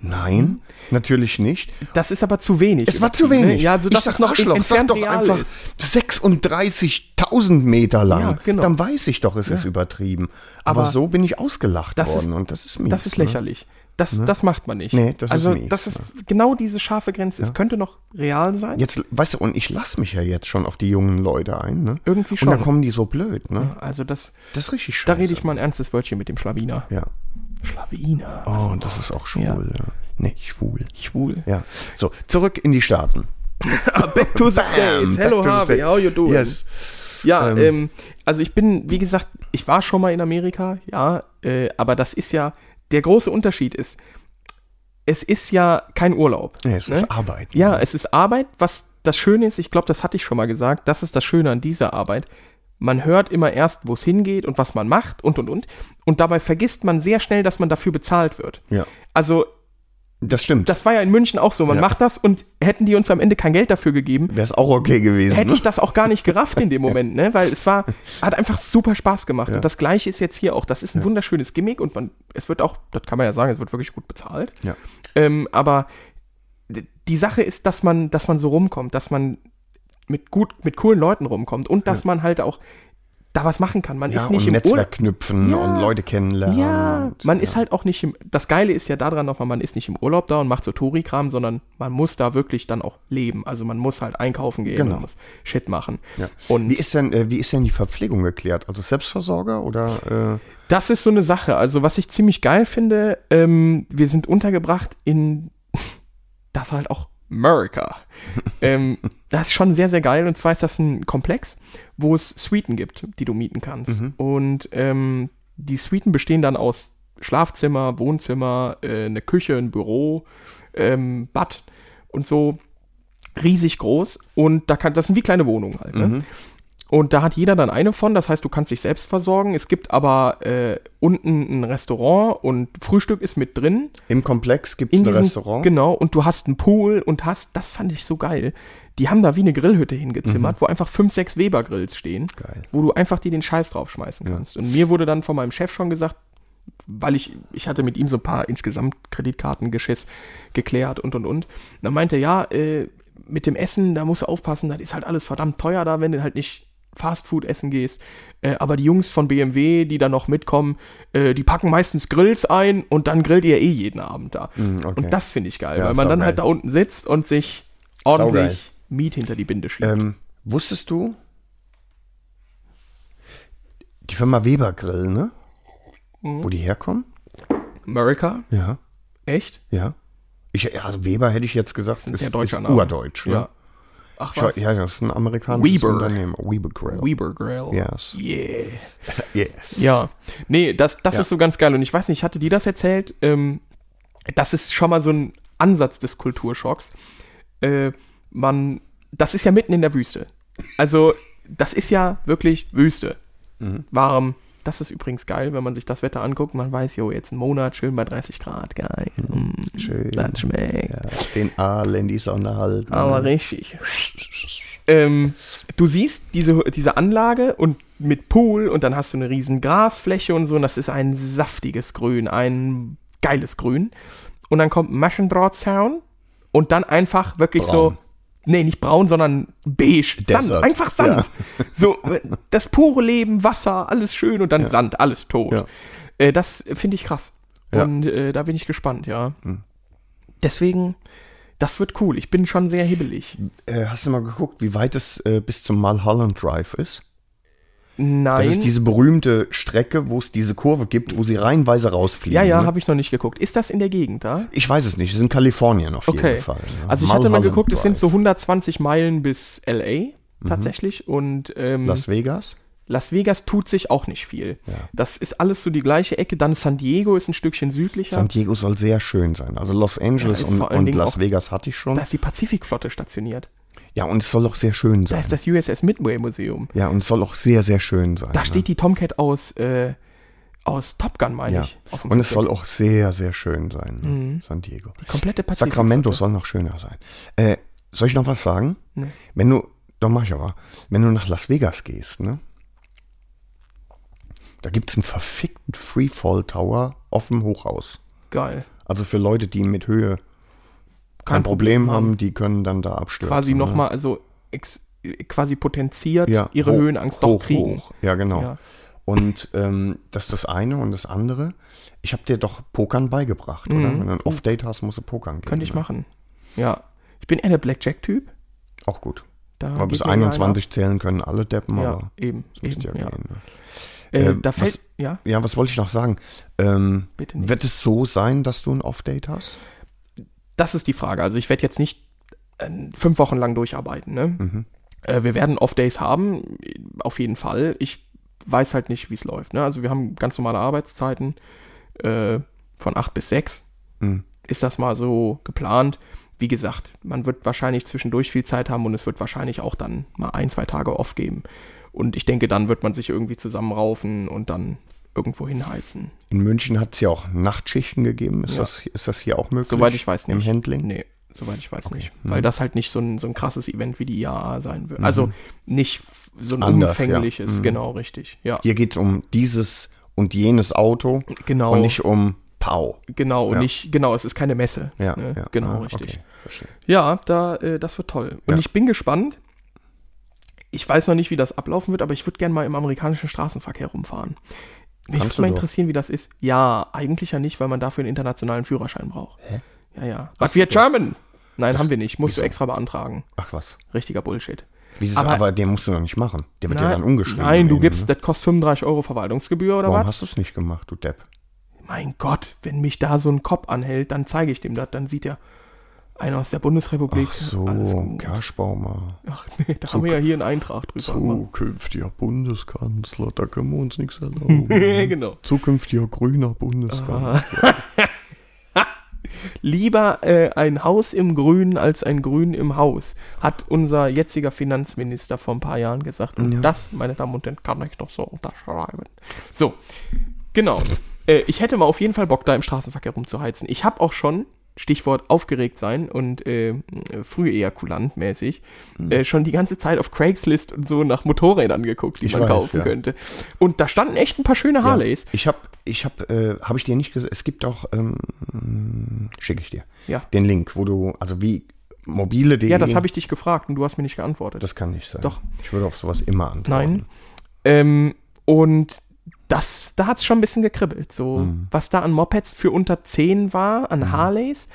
Speaker 3: nein, natürlich nicht.
Speaker 2: Das ist aber zu wenig.
Speaker 3: Es war zu wenig.
Speaker 2: Ja, also
Speaker 3: Ich
Speaker 2: das
Speaker 3: sag, ne,
Speaker 2: ist noch
Speaker 3: Arschloch, sag
Speaker 2: entfernt
Speaker 3: doch
Speaker 2: real
Speaker 3: einfach
Speaker 2: ist.
Speaker 3: 36.000 Meter lang.
Speaker 2: Ja, genau.
Speaker 3: Dann weiß ich doch, es ist übertrieben. Aber,
Speaker 2: Aber
Speaker 3: so bin ich ausgelacht
Speaker 2: das
Speaker 3: worden
Speaker 2: ist-
Speaker 3: und das ist mies.
Speaker 2: Das ist
Speaker 3: ne?
Speaker 2: lächerlich. Das, das macht man nicht.
Speaker 3: Nee, das ist
Speaker 2: also,
Speaker 3: mies,
Speaker 2: das ist genau diese scharfe Grenze. Es könnte noch real sein.
Speaker 3: Jetzt, weißt du, und ich lasse mich ja jetzt schon auf die jungen Leute ein, ne?
Speaker 2: Irgendwie schon.
Speaker 3: Und dann kommen die so blöd, ne?
Speaker 2: Also das,
Speaker 3: Das ist richtig
Speaker 2: da
Speaker 3: scheiße.
Speaker 2: rede ich mal ein ernstes Wörtchen mit dem Schlawiner.
Speaker 3: Also. Ja.
Speaker 2: Schlawiner.
Speaker 3: Oh, und das ist auch schwul, ja. ne? Nee, schwul.
Speaker 2: Schwul.
Speaker 3: Ja. So, zurück in die Staaten.
Speaker 2: Back to the
Speaker 3: Bam,
Speaker 2: States.
Speaker 3: back
Speaker 2: Hello
Speaker 3: to the
Speaker 2: Harvey,
Speaker 3: States.
Speaker 2: how you doing?
Speaker 3: Yes.
Speaker 2: Ja,
Speaker 3: Ähm.
Speaker 2: ähm, also ich bin, wie gesagt, ich war schon mal in Amerika, ja, äh, aber das ist ja, der große Unterschied ist, es ist ja kein Urlaub.
Speaker 3: Ja, es
Speaker 2: ne?
Speaker 3: ist Arbeit.
Speaker 2: Ja, es ist Arbeit, was das Schöne ist, ich glaube, das hatte ich schon mal gesagt, das ist das Schöne an dieser Arbeit. Man hört immer erst, wo es hingeht und was man macht und und und. Und dabei vergisst man sehr schnell, dass man dafür bezahlt wird.
Speaker 3: Ja,
Speaker 2: Also,
Speaker 3: das stimmt.
Speaker 2: das war ja in München auch so. Man
Speaker 3: Ja.
Speaker 2: macht das und hätten die uns am Ende kein Geld dafür gegeben,
Speaker 3: Wäre es auch okay gewesen.
Speaker 2: hätte
Speaker 3: ne?
Speaker 2: ich das auch gar nicht gerafft in
Speaker 3: (laughs)
Speaker 2: dem Moment, ne? Weil es war, hat einfach super Spaß gemacht.
Speaker 3: Ja.
Speaker 2: Und das gleiche ist jetzt hier auch. Das ist ein wunderschönes Gimmick und man, es wird auch, das kann man ja sagen, es wird wirklich gut bezahlt.
Speaker 3: Ja.
Speaker 2: Ähm, aber d- die Sache ist, dass man, dass man so rumkommt, dass man mit gut, mit coolen Leuten rumkommt und dass man halt auch da was machen kann. Man
Speaker 3: ja,
Speaker 2: ist nicht
Speaker 3: und
Speaker 2: im Urlaub.
Speaker 3: Netzwerk knüpfen
Speaker 2: Ja.
Speaker 3: und Leute kennenlernen.
Speaker 2: Ja,
Speaker 3: und,
Speaker 2: man
Speaker 3: ja.
Speaker 2: ist halt auch nicht im. Das Geile ist ja daran nochmal, man ist nicht im Urlaub da und macht so Touri-Kram, sondern man muss da wirklich dann auch leben. Also man muss halt einkaufen gehen,
Speaker 3: Genau.
Speaker 2: man muss Shit machen.
Speaker 3: Ja.
Speaker 2: Und
Speaker 3: Wie ist denn, äh, wie ist denn die Verpflegung geklärt? Also Selbstversorger oder? Äh,
Speaker 2: das ist so eine Sache. Also, was ich ziemlich geil finde, ähm, wir sind untergebracht in (laughs) das halt auch America. ähm, das ist schon sehr, sehr geil. Und zwar ist das ein Komplex, wo es Suiten gibt, die du mieten kannst. Und ähm, die Suiten bestehen dann aus Schlafzimmer, Wohnzimmer, äh, eine Küche, ein Büro, ähm, Bad und so. Riesig groß. Und da kann, das sind wie kleine Wohnungen halt. Ne? Und da hat jeder dann eine von, das heißt, du kannst dich selbst versorgen. Es gibt aber äh, unten ein Restaurant und Frühstück ist mit drin.
Speaker 3: Im Komplex gibt es ein
Speaker 2: diesem-
Speaker 3: Restaurant.
Speaker 2: Genau, und du hast einen Pool und hast, das fand ich so geil. Die haben da wie eine Grillhütte hingezimmert, wo einfach fünf, sechs Weber-Grills stehen,
Speaker 3: Mhm. Geil.
Speaker 2: wo du einfach dir den Scheiß draufschmeißen kannst. Und mir wurde dann von meinem Chef schon gesagt, weil ich, ich hatte mit ihm so ein paar insgesamt Kreditkartengeschiss geklärt und und und. Dann meinte er, ja, äh, mit dem Essen, da musst du aufpassen, das ist halt alles verdammt teuer da, wenn du halt nicht Fastfood essen gehst. Äh, aber die Jungs von BMW, die da noch mitkommen, äh, die packen meistens Grills ein und dann grillt ihr eh jeden Abend da.
Speaker 3: Mm, okay.
Speaker 2: Und das finde ich geil,
Speaker 3: Ja,
Speaker 2: weil man dann
Speaker 3: saugeil.
Speaker 2: halt da unten sitzt und sich
Speaker 3: Saugeil.
Speaker 2: ordentlich Miet hinter die Binde schiebt.
Speaker 3: Ähm, wusstest du? Die Firma Weber Grill, ne?
Speaker 2: Mhm.
Speaker 3: Wo die herkommen?
Speaker 2: America?
Speaker 3: Ja,
Speaker 2: Echt?
Speaker 3: ja. Ich, also Weber hätte ich jetzt gesagt,
Speaker 2: ein
Speaker 3: ist,
Speaker 2: sehr
Speaker 3: ist,
Speaker 2: deutscher Name.
Speaker 3: urdeutsch. Ne?
Speaker 2: Ja. Ach
Speaker 3: Ich, war-
Speaker 2: was.
Speaker 3: ja, das ist ein amerikanisches
Speaker 2: Weber.
Speaker 3: Unternehmen. Weber Grill.
Speaker 2: Weber Grill.
Speaker 3: Yes.
Speaker 2: Yeah.
Speaker 3: Yeah.
Speaker 2: Ja, nee, das, das
Speaker 3: Ja.
Speaker 2: ist so ganz geil. Und ich weiß nicht, hatte die das erzählt? Ähm, das ist schon mal so ein Ansatz des Kulturschocks. Äh, man, das ist ja mitten in der Wüste. Also, das ist ja wirklich Wüste. Warm. Das ist übrigens geil, wenn man sich das Wetter anguckt. Man weiß, jo, jetzt ein Monat, schön bei 30 Grad, geil. Mm,
Speaker 3: Schön.
Speaker 2: das schmeckt.
Speaker 3: Ja, den Aal in die Sonne halten.
Speaker 2: Aber richtig. ähm, du siehst diese, diese Anlage und mit Pool und dann hast du eine riesen Grasfläche und so und das ist ein saftiges Grün, ein geiles Grün. Und dann kommt Maschendrahtzaun und dann einfach wirklich so,
Speaker 3: Braun.
Speaker 2: nee, nicht braun, sondern beige. Sand,
Speaker 3: Desert.
Speaker 2: einfach Sand. So, das pure Leben, Wasser, alles schön und dann Sand, alles tot.
Speaker 3: Ja.
Speaker 2: Äh, das finde ich krass.
Speaker 3: Ja. Hm.
Speaker 2: Und äh, da bin ich gespannt, ja. Deswegen, das wird cool. Ich bin schon sehr hibbelig.
Speaker 3: Äh, hast du mal geguckt, wie weit es äh, bis zum Mulholland Drive ist?
Speaker 2: Nein.
Speaker 3: Das ist diese berühmte Strecke, wo es diese Kurve gibt, wo sie reihenweise rausfliegen.
Speaker 2: ja, ja,
Speaker 3: ne?
Speaker 2: habe ich noch nicht geguckt. Ist das in der Gegend da?
Speaker 3: Ich weiß es nicht. Es ist in Kalifornien auf
Speaker 2: Okay.
Speaker 3: jeden Fall. ne?
Speaker 2: Also ich hatte mal
Speaker 3: Mulholland
Speaker 2: geguckt, es sind
Speaker 3: Drive. Mhm.
Speaker 2: so 120 Meilen bis LA tatsächlich und ähm,
Speaker 3: Las Vegas.
Speaker 2: Las Vegas tut sich auch nicht viel. Das ist alles so die gleiche Ecke. Dann San Diego ist ein Stückchen südlicher.
Speaker 3: San Diego soll sehr schön sein. Also Los Angeles
Speaker 2: Ja, ist
Speaker 3: und,
Speaker 2: vor allen
Speaker 3: und
Speaker 2: Dingen
Speaker 3: Las
Speaker 2: auch-
Speaker 3: Vegas hatte ich schon.
Speaker 2: da ist die Pazifikflotte stationiert.
Speaker 3: Ja, und es soll auch sehr schön
Speaker 2: Da
Speaker 3: sein.
Speaker 2: ist das USS Midway Museum.
Speaker 3: Ja, und es soll auch sehr, sehr schön sein. ne?
Speaker 2: Da steht die Tomcat aus, äh, aus Top Gun, meine
Speaker 3: ja.
Speaker 2: ich. auf dem Mhm.
Speaker 3: Und es
Speaker 2: Flugzeug.
Speaker 3: soll auch sehr, sehr schön sein. ne? San Diego.
Speaker 2: komplette Pazifik.
Speaker 3: Sacramento soll noch schöner sein. Äh, soll ich noch was sagen?
Speaker 2: Nee.
Speaker 3: Wenn du, doch mach ich aber, wenn du nach Las Vegas gehst, ne? Da gibt es einen verfickten Freefall Tower auf dem Hochhaus.
Speaker 2: Geil.
Speaker 3: Also für Leute, die mit Höhe kein, Problem haben, die können dann da abstürzen.
Speaker 2: Quasi
Speaker 3: ne?
Speaker 2: nochmal, also ex, quasi potenziert
Speaker 3: ja,
Speaker 2: ihre
Speaker 3: hoch,
Speaker 2: Höhenangst
Speaker 3: hoch,
Speaker 2: doch kriegen.
Speaker 3: Hoch. Ja, genau.
Speaker 2: Ja.
Speaker 3: Und ähm, das ist das eine und das andere. Ich habe dir doch Pokern beigebracht, oder? Wenn du ein Off-Date hast, musst du Pokern gehen.
Speaker 2: Mhm. Könnte ich
Speaker 3: ne?
Speaker 2: machen. Ja. Ich bin eher der Blackjack-Typ.
Speaker 3: Auch gut.
Speaker 2: Da
Speaker 3: Aber
Speaker 2: geht
Speaker 3: bis
Speaker 2: mir einer
Speaker 3: 21 zählen können alle Deppen,
Speaker 2: ab.
Speaker 3: aber
Speaker 2: Ja, eben.
Speaker 3: das
Speaker 2: eben
Speaker 3: müsste
Speaker 2: ja.
Speaker 3: ja gehen. Ne?
Speaker 2: Äh,
Speaker 3: Ähm,
Speaker 2: da
Speaker 3: was-
Speaker 2: fällt, ja.
Speaker 3: Ja, was wollte ich noch sagen? Ähm,
Speaker 2: Bitte nicht.
Speaker 3: wird es so sein, dass du ein Off-Date hast?
Speaker 2: Das ist die Frage. Also ich werde jetzt nicht äh, fünf Wochen lang durcharbeiten. Ne? Äh, wir werden Off-Days haben, auf jeden Fall. Ich weiß halt nicht, wie es läuft. Ne? Also wir haben ganz normale Arbeitszeiten äh, von acht bis sechs.
Speaker 3: Mhm.
Speaker 2: Ist das mal so geplant? Wie gesagt, man wird wahrscheinlich zwischendurch viel Zeit haben und es wird wahrscheinlich auch dann mal ein, zwei Tage off geben. Und ich denke, dann wird man sich irgendwie zusammenraufen und dann irgendwo hinheizen.
Speaker 3: In München hat es ja auch Nachtschichten gegeben. Ist,
Speaker 2: Ja.
Speaker 3: das, ist das hier auch möglich?
Speaker 2: Soweit ich weiß nicht.
Speaker 3: Im Handling? Mhm.
Speaker 2: Nee, soweit ich weiß nicht. Weil das halt nicht so ein, so ein krasses Event wie die IAA sein wird. Also nicht f- so ein
Speaker 3: Anders, ja. Mhm.
Speaker 2: umfängliches, genau, richtig. Ja,
Speaker 3: Hier geht es um dieses und jenes Auto
Speaker 2: genau.
Speaker 3: und nicht um Pau.
Speaker 2: genau, und
Speaker 3: ja.
Speaker 2: nicht, genau, es ist keine Messe.
Speaker 3: Ja,
Speaker 2: ne?
Speaker 3: ja.
Speaker 2: Genau,
Speaker 3: Ah,
Speaker 2: richtig.
Speaker 3: okay, verstehe.
Speaker 2: Ja, da, äh, das wird toll. Und
Speaker 3: Ja.
Speaker 2: ich bin gespannt. Ich weiß noch nicht, wie das ablaufen wird, aber ich würde gerne mal im amerikanischen Straßenverkehr rumfahren. Mich
Speaker 3: Kannst
Speaker 2: würde mal
Speaker 3: du doch.
Speaker 2: interessieren, wie das ist. Ja, eigentlich ja nicht, weil man dafür einen internationalen Führerschein braucht. Hä? Ja, ja. But
Speaker 3: du
Speaker 2: wir
Speaker 3: doch.
Speaker 2: German! Nein, haben wir nicht. Musst du
Speaker 3: wieso?
Speaker 2: extra beantragen.
Speaker 3: Ach was.
Speaker 2: Richtiger Bullshit.
Speaker 3: Wieso?
Speaker 2: Aber-
Speaker 3: Aber, den musst du doch nicht machen. Der wird ja
Speaker 2: Nein,
Speaker 3: dann umgeschrieben.
Speaker 2: Nein, du
Speaker 3: eben,
Speaker 2: gibst,
Speaker 3: Ne?
Speaker 2: das kostet 35 Euro Verwaltungsgebühr oder
Speaker 3: Warum
Speaker 2: was?
Speaker 3: hast du es nicht gemacht, du Depp?
Speaker 2: Mein Gott, wenn mich da so ein Kopf anhält, dann zeige ich dem das. Dann sieht ja einer aus der Bundesrepublik.
Speaker 3: Ach so,
Speaker 2: alles gut.
Speaker 3: Kerschbaumer.
Speaker 2: Ach nee, da haben wir ja hier einen Eintrag drüber. gemacht.
Speaker 3: Zukünftiger Bundeskanzler, da können wir uns nichts
Speaker 2: (laughs)
Speaker 3: erlauben.
Speaker 2: genau.
Speaker 3: Zukünftiger grüner Bundeskanzler.
Speaker 2: Lieber äh, ein Haus im Grünen als ein Grün im Haus, hat unser jetziger Finanzminister vor ein paar Jahren gesagt. Und das, meine Damen und Herren, kann ich doch so unterschreiben. So, genau. Äh, ich hätte mal auf jeden Fall Bock, da im Straßenverkehr rumzuheizen. Ich habe auch schon, Stichwort aufgeregt sein und äh, früh ejakulant mäßig,
Speaker 3: Hm.
Speaker 2: äh, schon die ganze Zeit auf Craigslist und so nach Motorrädern geguckt, die
Speaker 3: Ich
Speaker 2: man
Speaker 3: weiß,
Speaker 2: kaufen
Speaker 3: ja.
Speaker 2: könnte. Und da standen echt ein paar schöne Harleys.
Speaker 3: Ich habe, ich habe, äh, habe ich dir nicht gesagt, es gibt auch, ähm, schicke ich dir,
Speaker 2: Ja.
Speaker 3: den Link, wo du, also wie mobile.de.
Speaker 2: Ja, das habe ich dich gefragt und du hast mir nicht geantwortet.
Speaker 3: Das kann nicht sein.
Speaker 2: Doch.
Speaker 3: Ich würde auf sowas immer antworten.
Speaker 2: Nein. Ähm, und das, da hat es schon ein bisschen gekribbelt. So,
Speaker 3: Mhm.
Speaker 2: was da an Mopeds für unter 10 war, an Harleys.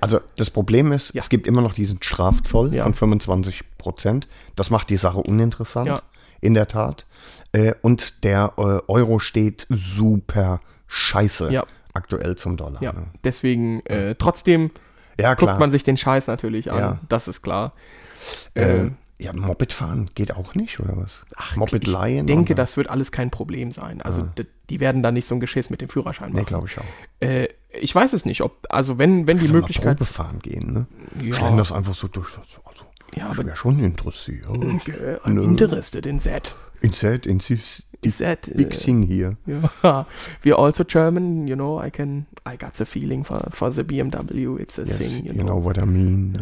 Speaker 3: Also das Problem ist,
Speaker 2: Ja.
Speaker 3: es gibt immer noch diesen Strafzoll
Speaker 2: Ja.
Speaker 3: von 25 Prozent. Das macht die Sache uninteressant,
Speaker 2: Ja.
Speaker 3: in der Tat. Äh, und der äh, Euro steht super scheiße
Speaker 2: Ja.
Speaker 3: aktuell zum Dollar.
Speaker 2: Ja,
Speaker 3: ne?
Speaker 2: deswegen, äh, trotzdem
Speaker 3: ja
Speaker 2: guckt
Speaker 3: klar.
Speaker 2: man sich den Scheiß natürlich an.
Speaker 3: Ja.
Speaker 2: Das ist klar.
Speaker 3: äh, ja, Moped fahren geht auch nicht, oder was? Ach, Moped leihen?
Speaker 2: Ich denke,
Speaker 3: oder?
Speaker 2: das wird alles kein Problem sein. Also, d- die werden da nicht so ein Geschiss mit dem Führerschein
Speaker 3: Nee,
Speaker 2: machen.
Speaker 3: glaube ich auch.
Speaker 2: äh, ich weiß es nicht, ob, also, wenn, wenn die
Speaker 3: Soll mal
Speaker 2: Möglichkeit.
Speaker 3: Probe fahren gehen, ne?
Speaker 2: Ja.
Speaker 3: Stellen das einfach so durch. Also,
Speaker 2: Ja,
Speaker 3: ich
Speaker 2: aber-
Speaker 3: bin ja schon interessiert.
Speaker 2: Äh, I'm
Speaker 3: Nö.
Speaker 2: interested in that.
Speaker 3: Inside, in this
Speaker 2: Is that, äh,
Speaker 3: big thing here.
Speaker 2: Yeah. (laughs) We are also German, you know, I can, I got the feeling for, for the BMW, it's a
Speaker 3: Yes,
Speaker 2: thing, you,
Speaker 3: you
Speaker 2: know.
Speaker 3: know what I mean.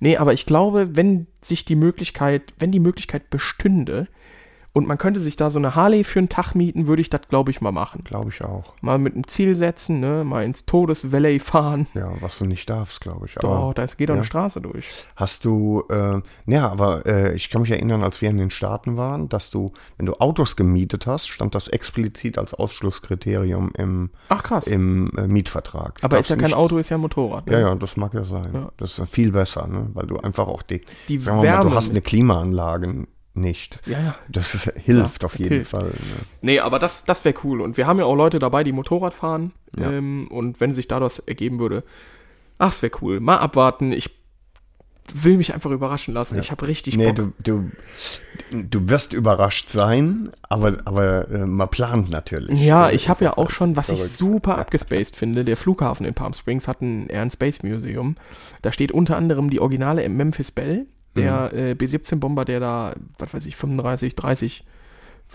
Speaker 2: Nee, aber ich glaube, wenn sich die Möglichkeit, wenn die Möglichkeit bestünde und man könnte sich da so eine Harley für einen Tag mieten, würde ich das, glaube ich, mal machen.
Speaker 3: Glaube ich auch.
Speaker 2: Mal mit einem Ziel setzen, ne, mal ins Todesvalley fahren.
Speaker 3: Ja, was du nicht darfst, glaube ich.
Speaker 2: Doch,
Speaker 3: Aber
Speaker 2: da ist- geht doch eine
Speaker 3: ja.
Speaker 2: Straße durch.
Speaker 3: hast du, äh, ja, aber äh, ich kann mich erinnern, als wir in den Staaten waren, dass du, wenn du Autos gemietet hast, stand das explizit als Ausschlusskriterium im,
Speaker 2: Ach krass.
Speaker 3: im äh, Mietvertrag.
Speaker 2: aber ist ja kein
Speaker 3: Darfst
Speaker 2: Auto, ist ja ein Motorrad. ne?
Speaker 3: nicht- Ja, ja, das mag ja sein.
Speaker 2: Ja.
Speaker 3: Das ist viel besser, ne? weil du einfach auch die,
Speaker 2: Die
Speaker 3: sagen wir mal,
Speaker 2: Wärme
Speaker 3: du hast eine Klimaanlage nicht.
Speaker 2: Ja, ja.
Speaker 3: Das ist, hilft auf
Speaker 2: das
Speaker 3: jeden
Speaker 2: hilft.
Speaker 3: Fall. Ne?
Speaker 2: Nee, aber das, das wäre cool. Und wir haben ja auch Leute dabei, die Motorrad fahren.
Speaker 3: Ja.
Speaker 2: Ähm, und wenn sich da das ergeben würde, ach, es wäre cool. Mal abwarten. Ich will mich einfach überraschen lassen. Ich habe richtig
Speaker 3: nee,
Speaker 2: Bock.
Speaker 3: du, du, du wirst überrascht sein, aber, aber äh, man plant natürlich. äh,
Speaker 2: ja, ich habe ja auch schon, was ich
Speaker 3: Verrückt.
Speaker 2: super abgespaced finde, der Flughafen in Palm Springs hat ein Air and Space Museum. Da steht unter anderem die Originale im Memphis Bell, der
Speaker 3: Mhm.
Speaker 2: äh, B-17-Bomber, der da, was weiß ich, 35, 30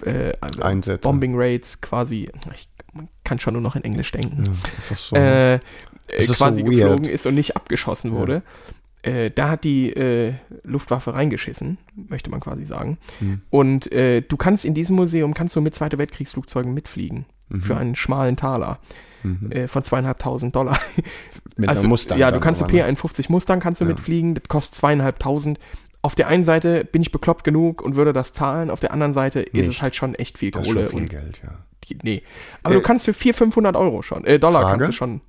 Speaker 2: äh,
Speaker 3: Einsätze.
Speaker 2: Bombing Raids quasi, ich man kann schon nur noch in Englisch denken.
Speaker 3: Ist das so? ne?
Speaker 2: äh, äh,
Speaker 3: Es ist
Speaker 2: quasi
Speaker 3: so weird.
Speaker 2: geflogen ist und nicht abgeschossen wurde. Äh, da hat die äh, Luftwaffe reingeschissen, möchte man quasi sagen.
Speaker 3: Hm.
Speaker 2: Und äh, du kannst in diesem Museum, kannst du mit Zweite Weltkriegsflugzeugen mitfliegen.
Speaker 3: Mhm.
Speaker 2: Für einen schmalen Taler äh, von zweieinhalbtausend Dollar.
Speaker 3: Mit
Speaker 2: Also,
Speaker 3: einer Mustang
Speaker 2: ja, du
Speaker 3: dann ne?
Speaker 2: kannst
Speaker 3: aber,
Speaker 2: eine P51 Mustang kannst du mitfliegen, das kostet zweieinhalbtausend. Auf der einen Seite bin ich bekloppt genug und würde das zahlen, auf der anderen Seite ist es
Speaker 3: Nicht.
Speaker 2: halt schon echt viel
Speaker 3: Das ist
Speaker 2: Kohle.
Speaker 3: schon viel
Speaker 2: und
Speaker 3: Geld, ja.
Speaker 2: die, nee. Aber du kannst für 400, 500 Euro schon, äh, Dollar
Speaker 3: Frage?
Speaker 2: kannst du schon,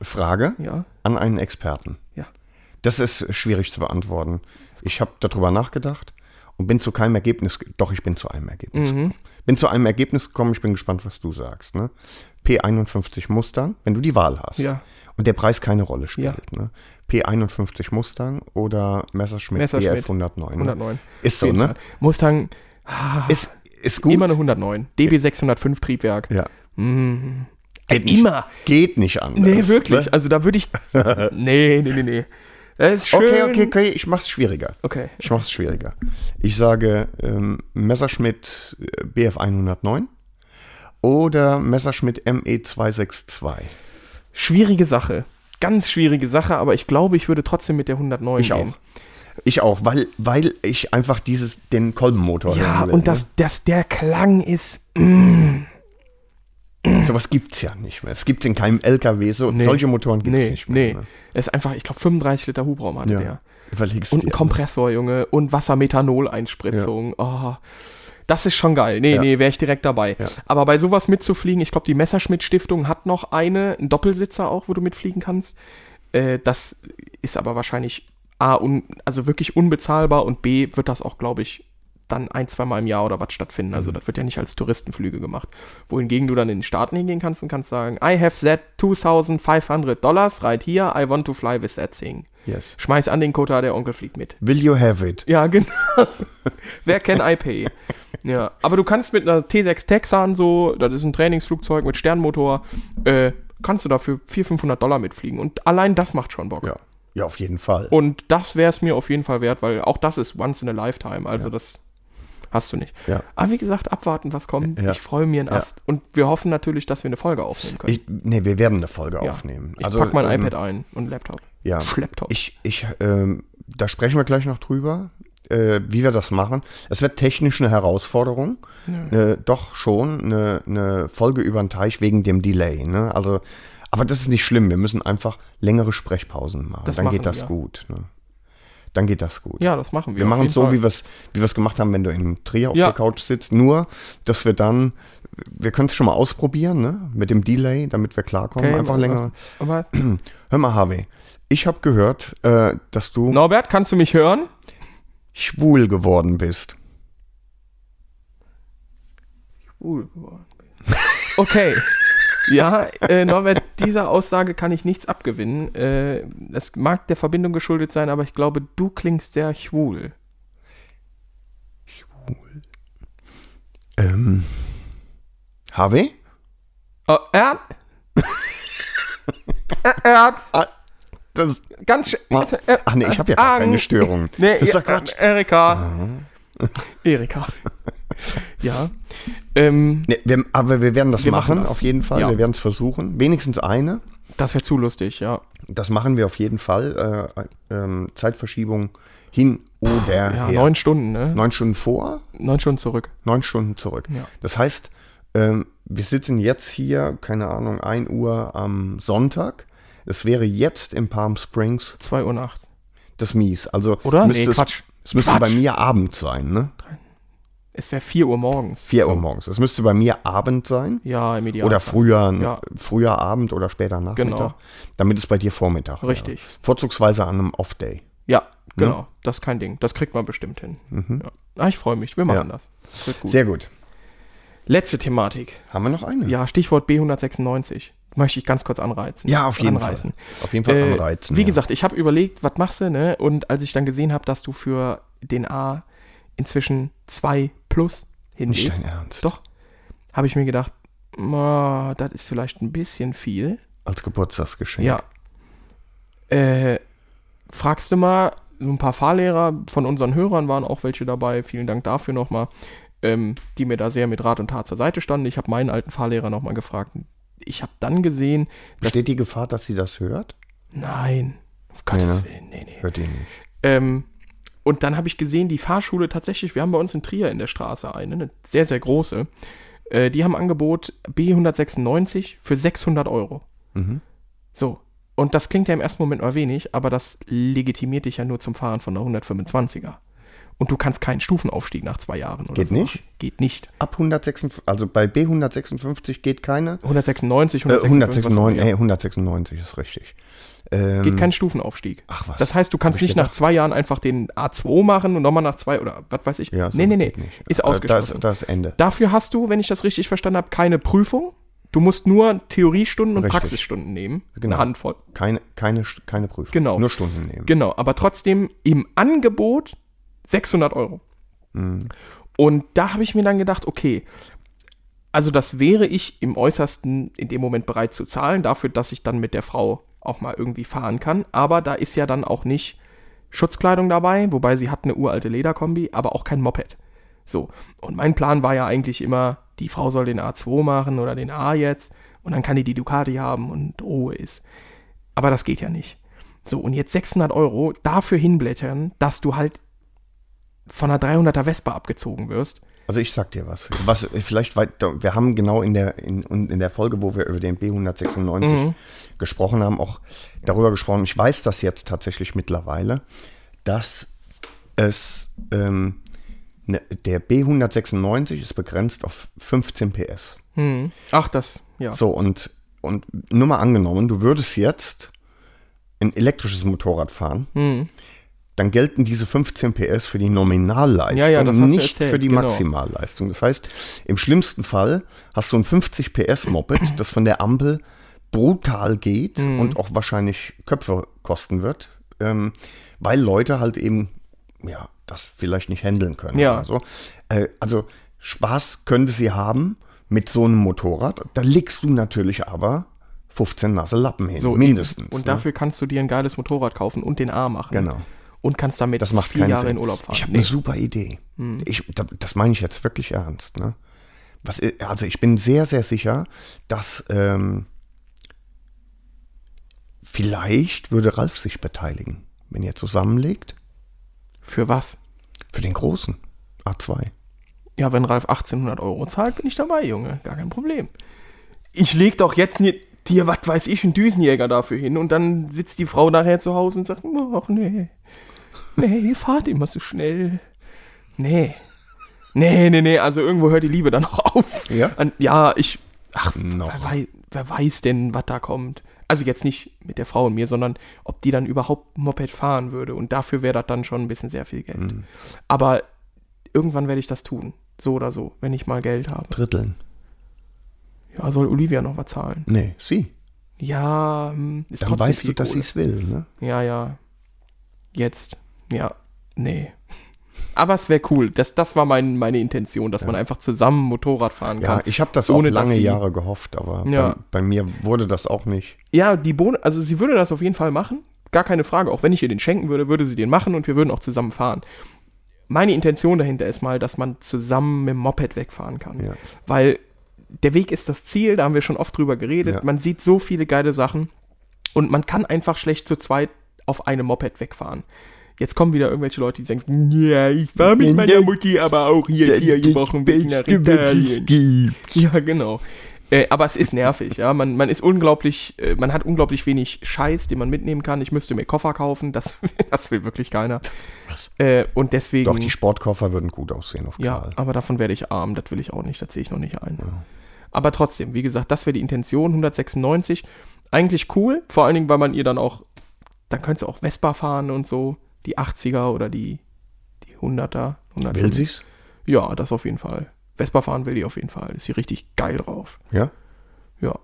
Speaker 3: Frage
Speaker 2: ja,
Speaker 3: an einen Experten.
Speaker 2: ja.
Speaker 3: Das ist schwierig zu
Speaker 2: Mhm.
Speaker 3: beantworten. Ich habe darüber nachgedacht und bin zu keinem Ergebnis, ge- doch ich bin zu einem Ergebnis. gekommen. bin zu einem Ergebnis gekommen, ich bin gespannt, was du sagst. Ne? P51 Mustang, wenn du die Wahl hast
Speaker 2: Ja.
Speaker 3: und der Preis keine Rolle
Speaker 2: Ja.
Speaker 3: spielt. Ne? P51 Mustang oder Messerschmitt,
Speaker 2: Messerschmitt.
Speaker 3: BF 109. ne?
Speaker 2: 109.
Speaker 3: Ist so, ne?
Speaker 2: Mustang, ah,
Speaker 3: Ist, ist gut.
Speaker 2: immer eine 109. DB 605 Triebwerk.
Speaker 3: ja. Geht nicht.
Speaker 2: Immer.
Speaker 3: Geht nicht anders.
Speaker 2: Mhm. Nee, wirklich.
Speaker 3: Ne?
Speaker 2: Also da
Speaker 3: (laughs)
Speaker 2: würde ich. Nee, nee, nee, nee. Das ist schön.
Speaker 3: Okay, okay, okay, ich mach's schwieriger.
Speaker 2: Okay.
Speaker 3: Ich mach's schwieriger. Ich sage ähm, Messerschmitt äh, BF 109 oder Messerschmitt E ME 262.
Speaker 2: Schwierige Sache. Ganz schwierige Sache, aber ich glaube, ich würde trotzdem mit der 109
Speaker 3: Ich
Speaker 2: gehen.
Speaker 3: auch. Ich auch, weil, weil ich einfach dieses, den Kolbenmotor
Speaker 2: Ja,
Speaker 3: hören will,
Speaker 2: und das, das, der Klang ist.
Speaker 3: Ne? Sowas gibt's ja nicht mehr. Es gibt's in keinem LKW so. Solche Motoren gibt's
Speaker 2: nee,
Speaker 3: nicht mehr.
Speaker 2: Nee.
Speaker 3: Ne?
Speaker 2: Er ist einfach, ich glaube, 35 Liter Hubraum hatte
Speaker 3: Ja.
Speaker 2: der.
Speaker 3: Überlegst
Speaker 2: Und ein
Speaker 3: dir.
Speaker 2: Kompressor, Junge. Und Wassermethanol-Einspritzung. Oh, das ist schon geil. Nee,
Speaker 3: Ja.
Speaker 2: nee, wäre ich direkt dabei.
Speaker 3: Ja.
Speaker 2: Aber bei sowas mitzufliegen, ich glaube, die Messerschmidt-Stiftung hat noch eine, einen Doppelsitzer auch, wo du mitfliegen kannst. Äh, das ist aber wahrscheinlich A, un, also wirklich unbezahlbar und B, wird das auch, glaube ich, dann ein, zweimal im Jahr oder was stattfinden.
Speaker 3: Mhm.
Speaker 2: Also das wird ja nicht als Touristenflüge gemacht. Wohingegen du dann in den Staaten hingehen kannst und kannst sagen, I have that 2500 Dollars right here, I want to fly with that thing.
Speaker 3: Yes.
Speaker 2: Schmeiß an den Kota, der Onkel fliegt mit.
Speaker 3: Will you have it?
Speaker 2: Ja,
Speaker 3: (laughs)
Speaker 2: genau. Wer can I pay? Ja, aber du kannst mit einer T6 Texan so, das ist ein Trainingsflugzeug mit Sternmotor, äh, kannst du dafür 400, 500 Dollar mitfliegen. Und allein das macht schon Bock.
Speaker 3: Ja. Ja, auf jeden Fall.
Speaker 2: Und das wäre es mir auf jeden Fall wert, weil auch das ist once in a lifetime. Also das hast du nicht.
Speaker 3: Ja.
Speaker 2: Aber wie gesagt, abwarten, was kommt.
Speaker 3: Ja.
Speaker 2: Ich freue mir einen
Speaker 3: Ja.
Speaker 2: Ast. Und wir hoffen natürlich, dass wir eine Folge aufnehmen können.
Speaker 3: Ich, nee, wir werden eine Folge
Speaker 2: Ja.
Speaker 3: aufnehmen.
Speaker 2: Ich pack mein
Speaker 3: ähm,
Speaker 2: iPad ein und Laptop.
Speaker 3: Ja.
Speaker 2: Schlepptop.
Speaker 3: Ich, ich, ähm, da sprechen wir gleich noch drüber, äh, wie wir das machen. Es wird technisch eine Herausforderung. Äh, doch schon eine, eine Folge über den Teich wegen dem Delay. Ne? Also, aber das ist nicht schlimm. Wir müssen einfach längere Sprechpausen machen.
Speaker 2: Das
Speaker 3: Dann
Speaker 2: machen
Speaker 3: geht das
Speaker 2: wir.
Speaker 3: gut. Ne? Dann geht das gut.
Speaker 2: ja, das machen wir.
Speaker 3: Wir
Speaker 2: auf
Speaker 3: machen
Speaker 2: jeden
Speaker 3: es so,
Speaker 2: Fall.
Speaker 3: wie wir es wie wir's gemacht haben, wenn du in Trier auf
Speaker 2: Ja.
Speaker 3: der Couch sitzt. Nur, dass wir dann, wir können es schon mal ausprobieren, ne? mit dem Delay, damit wir klarkommen.
Speaker 2: Okay,
Speaker 3: Einfach
Speaker 2: machen wir.
Speaker 3: länger.
Speaker 2: Aber
Speaker 3: Hör mal, Harvey, ich habe gehört, äh, dass du
Speaker 2: Norbert, kannst du mich hören?
Speaker 3: schwul geworden bist. Uh.
Speaker 2: schwul geworden bin. Okay.
Speaker 3: (laughs)
Speaker 2: Ja, äh, Norbert, dieser Aussage kann ich nichts abgewinnen. Äh, es mag der Verbindung geschuldet sein, aber ich glaube, du klingst sehr schwul.
Speaker 3: Ähm. Harvey?
Speaker 2: Oh, Erd?
Speaker 3: (laughs)
Speaker 2: Ä- Erd,
Speaker 3: Ah, das,
Speaker 2: ganz sch (laughs)
Speaker 3: Ma-
Speaker 2: Ä-
Speaker 3: Ah, ach nee, ich habe ja gar keine Störung.
Speaker 2: Ah, (laughs) Nee,
Speaker 3: das ist
Speaker 2: ja, ähm,
Speaker 3: doch Quatsch.
Speaker 2: Erika. (laughs) Erika. Ja. Ähm,
Speaker 3: Nee, wir, aber wir werden das
Speaker 2: Wir machen
Speaker 3: machen,
Speaker 2: das.
Speaker 3: auf jeden Fall.
Speaker 2: Ja.
Speaker 3: Wir werden es versuchen. Wenigstens eine.
Speaker 2: das wäre zu lustig, ja.
Speaker 3: Das machen wir auf jeden Fall. Äh, ähm, Zeitverschiebung hin oder
Speaker 2: Ja,
Speaker 3: her.
Speaker 2: neun Stunden, ne?
Speaker 3: neun Stunden vor,
Speaker 2: Neun Stunden zurück.
Speaker 3: neun Stunden zurück.
Speaker 2: Ja.
Speaker 3: Das heißt, ähm, wir sitzen jetzt hier, keine Ahnung, 1 Uhr am Sonntag. Es wäre jetzt in Palm Springs
Speaker 2: Zwei Uhr nachts.
Speaker 3: das Mies. Also
Speaker 2: Oder?
Speaker 3: Müsste
Speaker 2: Nee,
Speaker 3: es,
Speaker 2: Quatsch.
Speaker 3: Es müsste
Speaker 2: Quatsch.
Speaker 3: bei mir Abend sein, ne?
Speaker 2: Es wäre vier Uhr morgens.
Speaker 3: 4 Uhr morgens. Es müsste bei mir Abend sein.
Speaker 2: Ja, im Idealfall.
Speaker 3: Oder früher,
Speaker 2: Ja.
Speaker 3: früher Abend oder später Nachmittag.
Speaker 2: Genau.
Speaker 3: Damit es bei dir Vormittag wäre.
Speaker 2: Richtig.
Speaker 3: Vorzugsweise an einem Off-Day.
Speaker 2: Ja,
Speaker 3: Ne?
Speaker 2: genau. Das ist kein Ding. Das kriegt man bestimmt hin. Ja. Ah, ich freue mich. Wir machen
Speaker 3: Mhm. Ja.
Speaker 2: das. das wird gut.
Speaker 3: Sehr gut.
Speaker 2: Letzte Thematik.
Speaker 3: Haben wir noch eine?
Speaker 2: Ja, Stichwort B196. Möchte ich ganz kurz anreizen.
Speaker 3: Ja, auf jeden
Speaker 2: Anreißen.
Speaker 3: Fall. Auf jeden Fall
Speaker 2: Äh,
Speaker 3: anreizen.
Speaker 2: Wie
Speaker 3: ja.
Speaker 2: gesagt, ich habe überlegt, was machst du, ne? Und als ich dann gesehen habe, dass du für den A inzwischen 2 plus
Speaker 3: Nicht
Speaker 2: hinlegst,
Speaker 3: dein Ernst.
Speaker 2: doch, habe ich mir gedacht, "Ma, das ist vielleicht ein bisschen viel.
Speaker 3: Als Geburtstagsgeschenk.
Speaker 2: Ja. Äh, fragst du mal, so ein paar Fahrlehrer von unseren Hörern waren auch welche dabei, vielen Dank dafür nochmal, ähm, die mir da sehr mit Rat und Tat zur Seite standen. Ich habe meinen alten Fahrlehrer nochmal gefragt. Ich habe dann gesehen, dass.
Speaker 3: Besteht die Gefahr, dass sie das hört?
Speaker 2: Nein, um Gottes
Speaker 3: ne?
Speaker 2: Willen, nee, nee.
Speaker 3: Hört die nicht.
Speaker 2: Ähm, und dann habe ich gesehen, die Fahrschule tatsächlich, wir haben bei uns in Trier in der Straße eine, eine sehr, sehr große. Äh, die haben Angebot B196 für 600 Euro.
Speaker 3: Mhm.
Speaker 2: So. Und das klingt ja im ersten Moment mal wenig, aber das legitimiert dich ja nur zum Fahren von der 125er. Und du kannst keinen Stufenaufstieg nach zwei Jahren oder
Speaker 3: Geht
Speaker 2: so
Speaker 3: nicht?
Speaker 2: machen. Geht nicht.
Speaker 3: Ab 156, also bei B156 geht keine.
Speaker 2: 196,
Speaker 3: Äh,
Speaker 2: 196,
Speaker 3: 196, äh, 196 ist richtig. Ähm,
Speaker 2: Geht kein Stufenaufstieg.
Speaker 3: Ach was.
Speaker 2: Das heißt, du kannst
Speaker 3: Hab ich
Speaker 2: nicht nach zwei Jahren einfach den A2 machen und nochmal nach zwei oder was weiß ich.
Speaker 3: ja, so
Speaker 2: nee, nee, nee.
Speaker 3: geht nicht. Äh,
Speaker 2: Ist
Speaker 3: Da-
Speaker 2: ausgeschlossen.
Speaker 3: Da ist, da ist Ende.
Speaker 2: Dafür hast du, wenn ich das richtig verstanden habe, keine Prüfung. Du musst nur Theoriestunden und
Speaker 3: Richtig.
Speaker 2: Praxisstunden nehmen.
Speaker 3: Genau.
Speaker 2: Eine Handvoll.
Speaker 3: Keine, keine, keine Prüfung.
Speaker 2: Genau.
Speaker 3: Nur Stunden nehmen.
Speaker 2: Genau, aber trotzdem im Angebot 600 Euro. Und da habe ich mir dann gedacht, okay, also das wäre ich im äußersten in dem Moment bereit zu zahlen, dafür, dass ich dann mit der Frau auch mal irgendwie fahren kann. Aber da ist ja dann auch nicht Schutzkleidung dabei, wobei sie hat eine uralte Lederkombi, aber auch kein Moped. So, und mein Plan war ja eigentlich immer, die Frau soll den A2 machen oder den A jetzt und dann kann die die Ducati haben und Ruhe ist. Aber das geht ja nicht. So, und jetzt 600 Euro dafür hinblättern, dass du halt von einer 300er Vespa abgezogen wirst.
Speaker 3: Also ich sag dir was. Was vielleicht weit, wir haben genau in der in, in der Folge, wo wir über den B196
Speaker 2: Mhm.
Speaker 3: gesprochen haben, auch darüber gesprochen. Ich weiß das jetzt tatsächlich mittlerweile, dass es ähm, ne, der B196 ist begrenzt auf 15 PS.
Speaker 2: Hm. Ach, das, ja.
Speaker 3: So und und nur mal angenommen, du würdest jetzt ein elektrisches Motorrad fahren,
Speaker 2: Mhm.
Speaker 3: dann gelten diese 15 PS für die Nominalleistung,
Speaker 2: Ja, ja, das hast du
Speaker 3: nicht
Speaker 2: erzählt,
Speaker 3: für die
Speaker 2: genau.
Speaker 3: Maximalleistung. Das heißt, im schlimmsten Fall hast du ein 50 PS Moped,
Speaker 2: (clears throat)
Speaker 3: das von der Ampel brutal geht
Speaker 2: Mhm.
Speaker 3: und auch wahrscheinlich Köpfe kosten wird, ähm, weil Leute halt eben ja das vielleicht nicht handeln können.
Speaker 2: Ja.
Speaker 3: Oder so. äh, also Spaß könnte sie haben mit so einem Motorrad. Da legst du natürlich aber 15 nasse Lappen hin,
Speaker 2: So,
Speaker 3: mindestens.
Speaker 2: Und
Speaker 3: ne?
Speaker 2: dafür kannst du dir ein geiles Motorrad kaufen und den A machen.
Speaker 3: Genau.
Speaker 2: Und kannst damit
Speaker 3: Das macht
Speaker 2: vier
Speaker 3: keinen
Speaker 2: Jahre
Speaker 3: Sinn.
Speaker 2: in Urlaub fahren.
Speaker 3: Ich habe
Speaker 2: Nee. Hm.
Speaker 3: eine super Idee. Ich, da- das meine ich jetzt wirklich ernst. Ne? Was, i- also ich bin sehr, sehr sicher, dass ähm, vielleicht würde Ralf sich beteiligen, wenn ihr zusammenlegt,
Speaker 2: Für was?
Speaker 3: für den großen A2.
Speaker 2: Ja, wenn Ralf 1800 Euro zahlt, bin ich dabei, Junge. Gar kein Problem. Ich leg doch jetzt ni- dir, was weiß ich, einen Düsenjäger dafür hin und dann sitzt die Frau nachher zu Hause und sagt, ach nee, nee, ihr fahrt immer so schnell. Nee. Nee, nee, nee, also irgendwo hört die Liebe dann auch auf.
Speaker 3: Ja?
Speaker 2: An, ja, ich, ach,
Speaker 3: Noch.
Speaker 2: Wer, wei- wer weiß denn, was da kommt. Also jetzt nicht mit der Frau und mir, sondern ob die dann überhaupt Moped fahren würde. Und dafür wäre das dann schon ein bisschen sehr viel Geld.
Speaker 3: Hm.
Speaker 2: Aber irgendwann werde ich das tun. So oder so, wenn ich mal Geld habe.
Speaker 3: Dritteln.
Speaker 2: Ja, soll Olivia noch was zahlen?
Speaker 3: Nee, sie.
Speaker 2: Ja, hm, ist
Speaker 3: Dann
Speaker 2: trotzdem
Speaker 3: weißt du,
Speaker 2: viel
Speaker 3: dass sie
Speaker 2: Kohle.
Speaker 3: es will. Ne?
Speaker 2: Ja, ja. Jetzt. Ja, nee. Aber es wäre cool. Das, das war mein, meine Intention, dass man einfach zusammen Motorrad fahren
Speaker 3: Ja,
Speaker 2: kann.
Speaker 3: ich habe das
Speaker 2: ohne
Speaker 3: auch
Speaker 2: dass
Speaker 3: lange
Speaker 2: sie-
Speaker 3: Jahre gehofft, aber
Speaker 2: Ja.
Speaker 3: bei, bei mir wurde das auch nicht.
Speaker 2: Ja, die Bohne, also sie würde das auf jeden Fall machen. Gar keine Frage. Auch wenn ich ihr den schenken würde, würde sie den machen und wir würden auch zusammen fahren. Meine Intention dahinter ist mal, dass man zusammen mit dem Moped wegfahren kann.
Speaker 3: Ja.
Speaker 2: Weil der Weg ist das Ziel, da haben wir schon oft drüber geredet.
Speaker 3: Ja.
Speaker 2: Man sieht so viele geile Sachen und man kann einfach schlecht zu zweit auf einem Moped wegfahren. Jetzt kommen wieder irgendwelche Leute, die sagen, ja, ich war mit meiner Mutti aber auch hier vier Wochen weg nach Italien. (laughs) Ja, genau. Äh, aber es ist nervig, ja. Man, man ist unglaublich, äh, man hat unglaublich wenig Scheiß, den man mitnehmen kann. Ich müsste mir Koffer kaufen, das, (laughs) das will wirklich keiner.
Speaker 3: Was?
Speaker 2: Äh, und deswegen.
Speaker 3: Doch, die Sportkoffer würden gut aussehen auf
Speaker 2: ja,
Speaker 3: Karl.
Speaker 2: aber davon werde ich arm, das will ich auch nicht, das sehe ich noch nicht ein. Aber trotzdem, wie gesagt, das wäre die Intention, 196. Eigentlich cool, vor allen Dingen, weil man ihr dann auch, dann könntest du auch Vespa fahren und so, die 80er oder die, die 100er. 105.
Speaker 3: Will sie's?
Speaker 2: Ja, das auf jeden Fall. Vespa fahren will die auf jeden Fall, ist sie richtig geil drauf.
Speaker 3: Ja.
Speaker 2: Ja.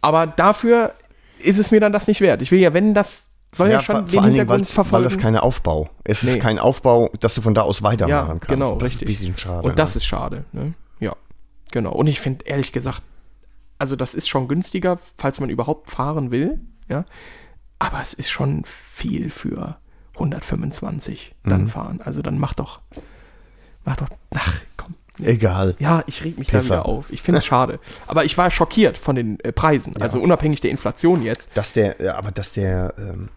Speaker 2: Aber dafür ist es mir dann das nicht wert. Ich will ja, wenn das soll ja, schon den Hintergrund
Speaker 3: weil's- weil
Speaker 2: verfolgen.
Speaker 3: das kein Aufbau. Es ist
Speaker 2: Nee.
Speaker 3: kein Aufbau, dass du von da aus
Speaker 2: ja,
Speaker 3: weitermachen kannst.
Speaker 2: genau,
Speaker 3: das
Speaker 2: richtig.
Speaker 3: Ist ein bisschen schade.
Speaker 2: Und das
Speaker 3: ne?
Speaker 2: ist schade. Ne? Ja, genau. Und ich finde ehrlich gesagt, also das ist schon günstiger, falls man überhaupt fahren will. Ja, aber es ist schon viel für 125
Speaker 3: Mhm.
Speaker 2: dann fahren. Also dann mach doch, mach doch, ach komm.
Speaker 3: egal.
Speaker 2: Ja, ich reg mich
Speaker 3: Pisser.
Speaker 2: da wieder auf. Ich finde es schade. Aber ich war schockiert von den äh, Preisen. Also unabhängig der Inflation jetzt.
Speaker 3: Dass der, ja, aber dass der, ähm,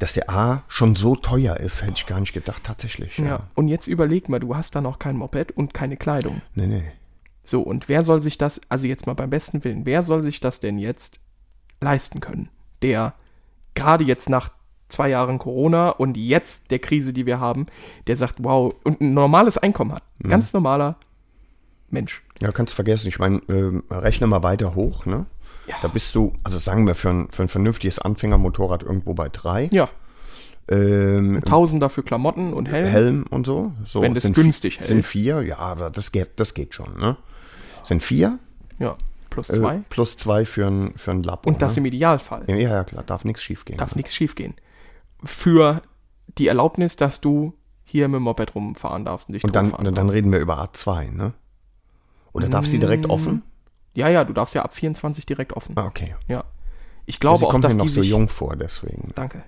Speaker 3: dass der A schon so teuer ist, hätte ich gar nicht gedacht, tatsächlich.
Speaker 2: Ja. und jetzt überleg mal, du hast da noch kein Moped und keine Kleidung.
Speaker 3: Nee, nee.
Speaker 2: So, und wer soll sich das, also jetzt mal beim besten Willen, wer soll sich das denn jetzt leisten können? Der gerade jetzt nach zwei Jahren Corona und jetzt der Krise, die wir haben, der sagt, wow, und ein normales Einkommen hat.
Speaker 3: Mhm.
Speaker 2: Ganz normaler Mensch.
Speaker 3: Ja, kannst vergessen. Ich meine, ähm, rechne mal weiter hoch, ne? Da bist du, also sagen wir, für ein, für ein vernünftiges Anfängermotorrad irgendwo bei drei.
Speaker 2: Ja,
Speaker 3: Ähm,
Speaker 2: Tausender für Klamotten und Helm.
Speaker 3: Helm und so. so
Speaker 2: Wenn das
Speaker 3: vi-
Speaker 2: günstig hält.
Speaker 3: Sind vier, ja, aber das geht, das geht schon. Ne? Sind vier
Speaker 2: Ja, plus
Speaker 3: äh,
Speaker 2: zwei.
Speaker 3: plus zwei für ein, für ein Labo.
Speaker 2: und das
Speaker 3: ne?
Speaker 2: im Idealfall.
Speaker 3: ja, ja, klar, darf nichts schief gehen.
Speaker 2: Darf nichts schiefgehen. Für die Erlaubnis, dass du hier mit dem Moped rumfahren darfst und dich
Speaker 3: und dann,
Speaker 2: fahren
Speaker 3: dann reden wir über A2, ne? Oder darf sie
Speaker 2: Mm.
Speaker 3: direkt offen?
Speaker 2: Ja, ja, du darfst ja ab 24 direkt offen.
Speaker 3: Ah, okay.
Speaker 2: Ja. Ich glaube
Speaker 3: sie
Speaker 2: auch,
Speaker 3: kommt
Speaker 2: dass
Speaker 3: mir noch
Speaker 2: die
Speaker 3: so
Speaker 2: sich,
Speaker 3: jung vor, deswegen.
Speaker 2: Danke.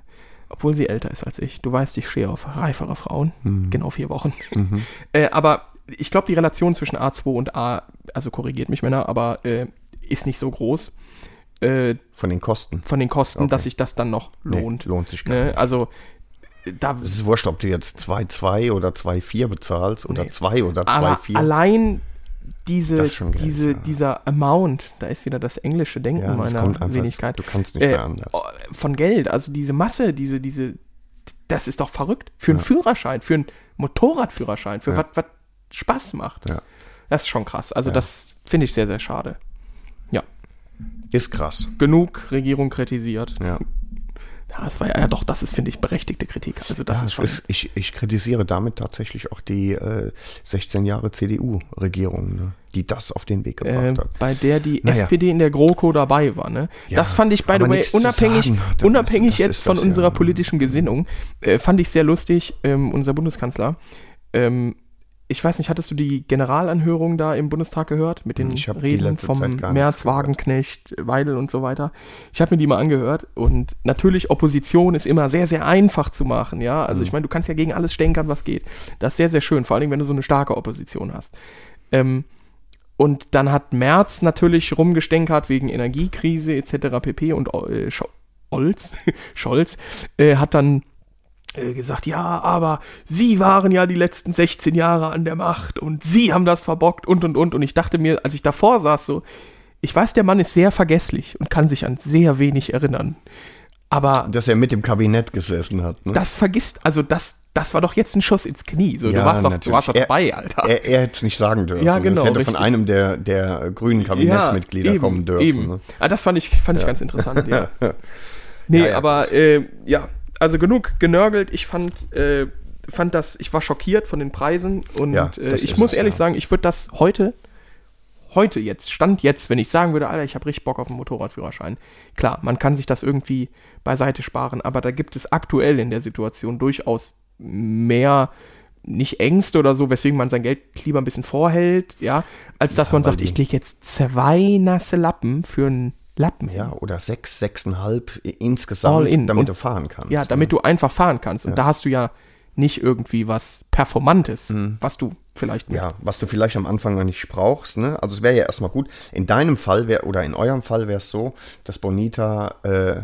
Speaker 2: Obwohl sie älter ist als ich. Du weißt, ich stehe auf reifere Frauen.
Speaker 3: Mhm.
Speaker 2: Genau vier
Speaker 3: (laughs)
Speaker 2: Wochen. (laughs) äh, aber ich glaube, die Relation zwischen A2 und A, also korrigiert mich Männer, aber äh, ist nicht so groß äh,
Speaker 3: Von den Kosten.
Speaker 2: von den Kosten, dass sich das dann noch
Speaker 3: Nee,
Speaker 2: lohnt.
Speaker 3: lohnt sich gar
Speaker 2: ne? Also da
Speaker 3: Es ist wurscht, ob du jetzt 2,2 oder 2,4 bezahlst oder
Speaker 2: Nee.
Speaker 3: 2 oder
Speaker 2: aber
Speaker 3: 2,4.
Speaker 2: allein diese,
Speaker 3: Das ist schon Geld,
Speaker 2: diese,
Speaker 3: ja.
Speaker 2: dieser Amount, da ist wieder das englische Denken
Speaker 3: Ja, das
Speaker 2: meiner
Speaker 3: kommt einfach,
Speaker 2: Wenigkeit.
Speaker 3: du kannst nicht mehr anders.
Speaker 2: oh, Von Geld, also diese Masse, diese, diese, das ist doch verrückt. Für einen Führerschein, für einen Motorradführerschein, für was, was Spaß macht.
Speaker 3: Ja.
Speaker 2: Das ist schon krass. Also das finde ich sehr, sehr schade. Ja,
Speaker 3: Ist krass.
Speaker 2: genug Regierung kritisiert.
Speaker 3: Ja.
Speaker 2: Ja, das war ja, ja doch, das ist, finde ich, berechtigte Kritik. Also das
Speaker 3: Ja,
Speaker 2: ist
Speaker 3: es
Speaker 2: schon.
Speaker 3: ist, ich, ich kritisiere damit tatsächlich auch die äh, 16 Jahre CDU-Regierung, ne, die das auf den Weg
Speaker 2: äh,
Speaker 3: gebracht hat.
Speaker 2: bei der die
Speaker 3: Naja.
Speaker 2: SPD in der GroKo dabei war. Ne?
Speaker 3: Ja,
Speaker 2: das fand ich, by the
Speaker 3: aber
Speaker 2: way,
Speaker 3: nichts zu
Speaker 2: unabhängig,
Speaker 3: sagen hat, dann
Speaker 2: unabhängig
Speaker 3: ist- das
Speaker 2: jetzt
Speaker 3: ist
Speaker 2: von
Speaker 3: das,
Speaker 2: unserer
Speaker 3: ja.
Speaker 2: politischen Gesinnung, äh, fand ich sehr lustig, ähm, unser Bundeskanzler. Ähm, ich weiß nicht, hattest du die Generalanhörung da im Bundestag gehört mit den
Speaker 3: Ich hab die
Speaker 2: Reden
Speaker 3: letzte Zeit
Speaker 2: vom
Speaker 3: gar nichts
Speaker 2: Merz,
Speaker 3: gehört.
Speaker 2: Wagenknecht, Weidel und so weiter? Ich habe mir die mal angehört und natürlich Opposition ist immer sehr sehr einfach zu machen, ja. Also
Speaker 3: Mhm.
Speaker 2: ich meine, du kannst ja gegen alles stänkern, was geht. Das ist sehr sehr schön, vor allen Dingen wenn du so eine starke Opposition hast. Ähm, und dann hat Merz natürlich rumgestänkert wegen Energiekrise etc. pp. Und äh, Scho- Olz, Scholz (laughs) äh, hat dann äh, gesagt, ja, aber Sie waren ja die letzten 16 Jahre an der Macht und Sie haben das verbockt und und und. Und ich dachte mir, als ich davor saß, so, ich weiß, der Mann ist sehr vergesslich und kann sich an sehr wenig erinnern. Aber
Speaker 3: Dass er mit dem Kabinett gesessen hat. Ne?
Speaker 2: das vergisst, also das, das war doch jetzt ein Schuss ins Knie. So,
Speaker 3: Ja,
Speaker 2: du warst doch, du
Speaker 3: natürlich.
Speaker 2: warst doch
Speaker 3: Er-
Speaker 2: dabei, Alter.
Speaker 3: Er, er hätte es nicht sagen dürfen.
Speaker 2: Ja,
Speaker 3: Es
Speaker 2: genau,
Speaker 3: hätte von
Speaker 2: richtig.
Speaker 3: einem der, der äh, grünen Kabinettsmitglieder
Speaker 2: eben,
Speaker 3: kommen dürfen.
Speaker 2: Eben.
Speaker 3: Ne?
Speaker 2: Ah, das fand ich, fand ich ganz interessant,
Speaker 3: (laughs)
Speaker 2: ja. Nee,
Speaker 3: Ja, ja,
Speaker 2: aber äh, ja, also genug genörgelt. Ich fand, äh, fand das, ich war schockiert von den Preisen und
Speaker 3: Ja,
Speaker 2: äh,
Speaker 3: das
Speaker 2: ich
Speaker 3: ist
Speaker 2: muss
Speaker 3: es,
Speaker 2: ehrlich
Speaker 3: ja.
Speaker 2: sagen, ich würde das heute, heute jetzt, Stand jetzt, wenn ich sagen würde, Alter, ich habe richtig Bock auf einen Motorradführerschein. Klar, man kann sich das irgendwie beiseite sparen, aber da gibt es aktuell in der Situation durchaus mehr nicht Ängste oder so, weswegen man sein Geld lieber ein bisschen vorhält, ja, als dass man
Speaker 3: weil
Speaker 2: sagt,
Speaker 3: die-
Speaker 2: ich lege jetzt zwei nasse Lappen für einen Lappen hin.
Speaker 3: Ja, oder sechs, sechseinhalb i- insgesamt,
Speaker 2: All in.
Speaker 3: damit
Speaker 2: Und-
Speaker 3: du fahren kannst. ne?
Speaker 2: Ja, damit du einfach fahren kannst. Und da hast du ja nicht irgendwie was Performantes, was du vielleicht
Speaker 3: Ja, was du vielleicht am Anfang noch nicht brauchst. Ne? Also es wäre ja erstmal gut. In deinem Fall wär, oder in eurem Fall wäre es so, dass Bonita äh,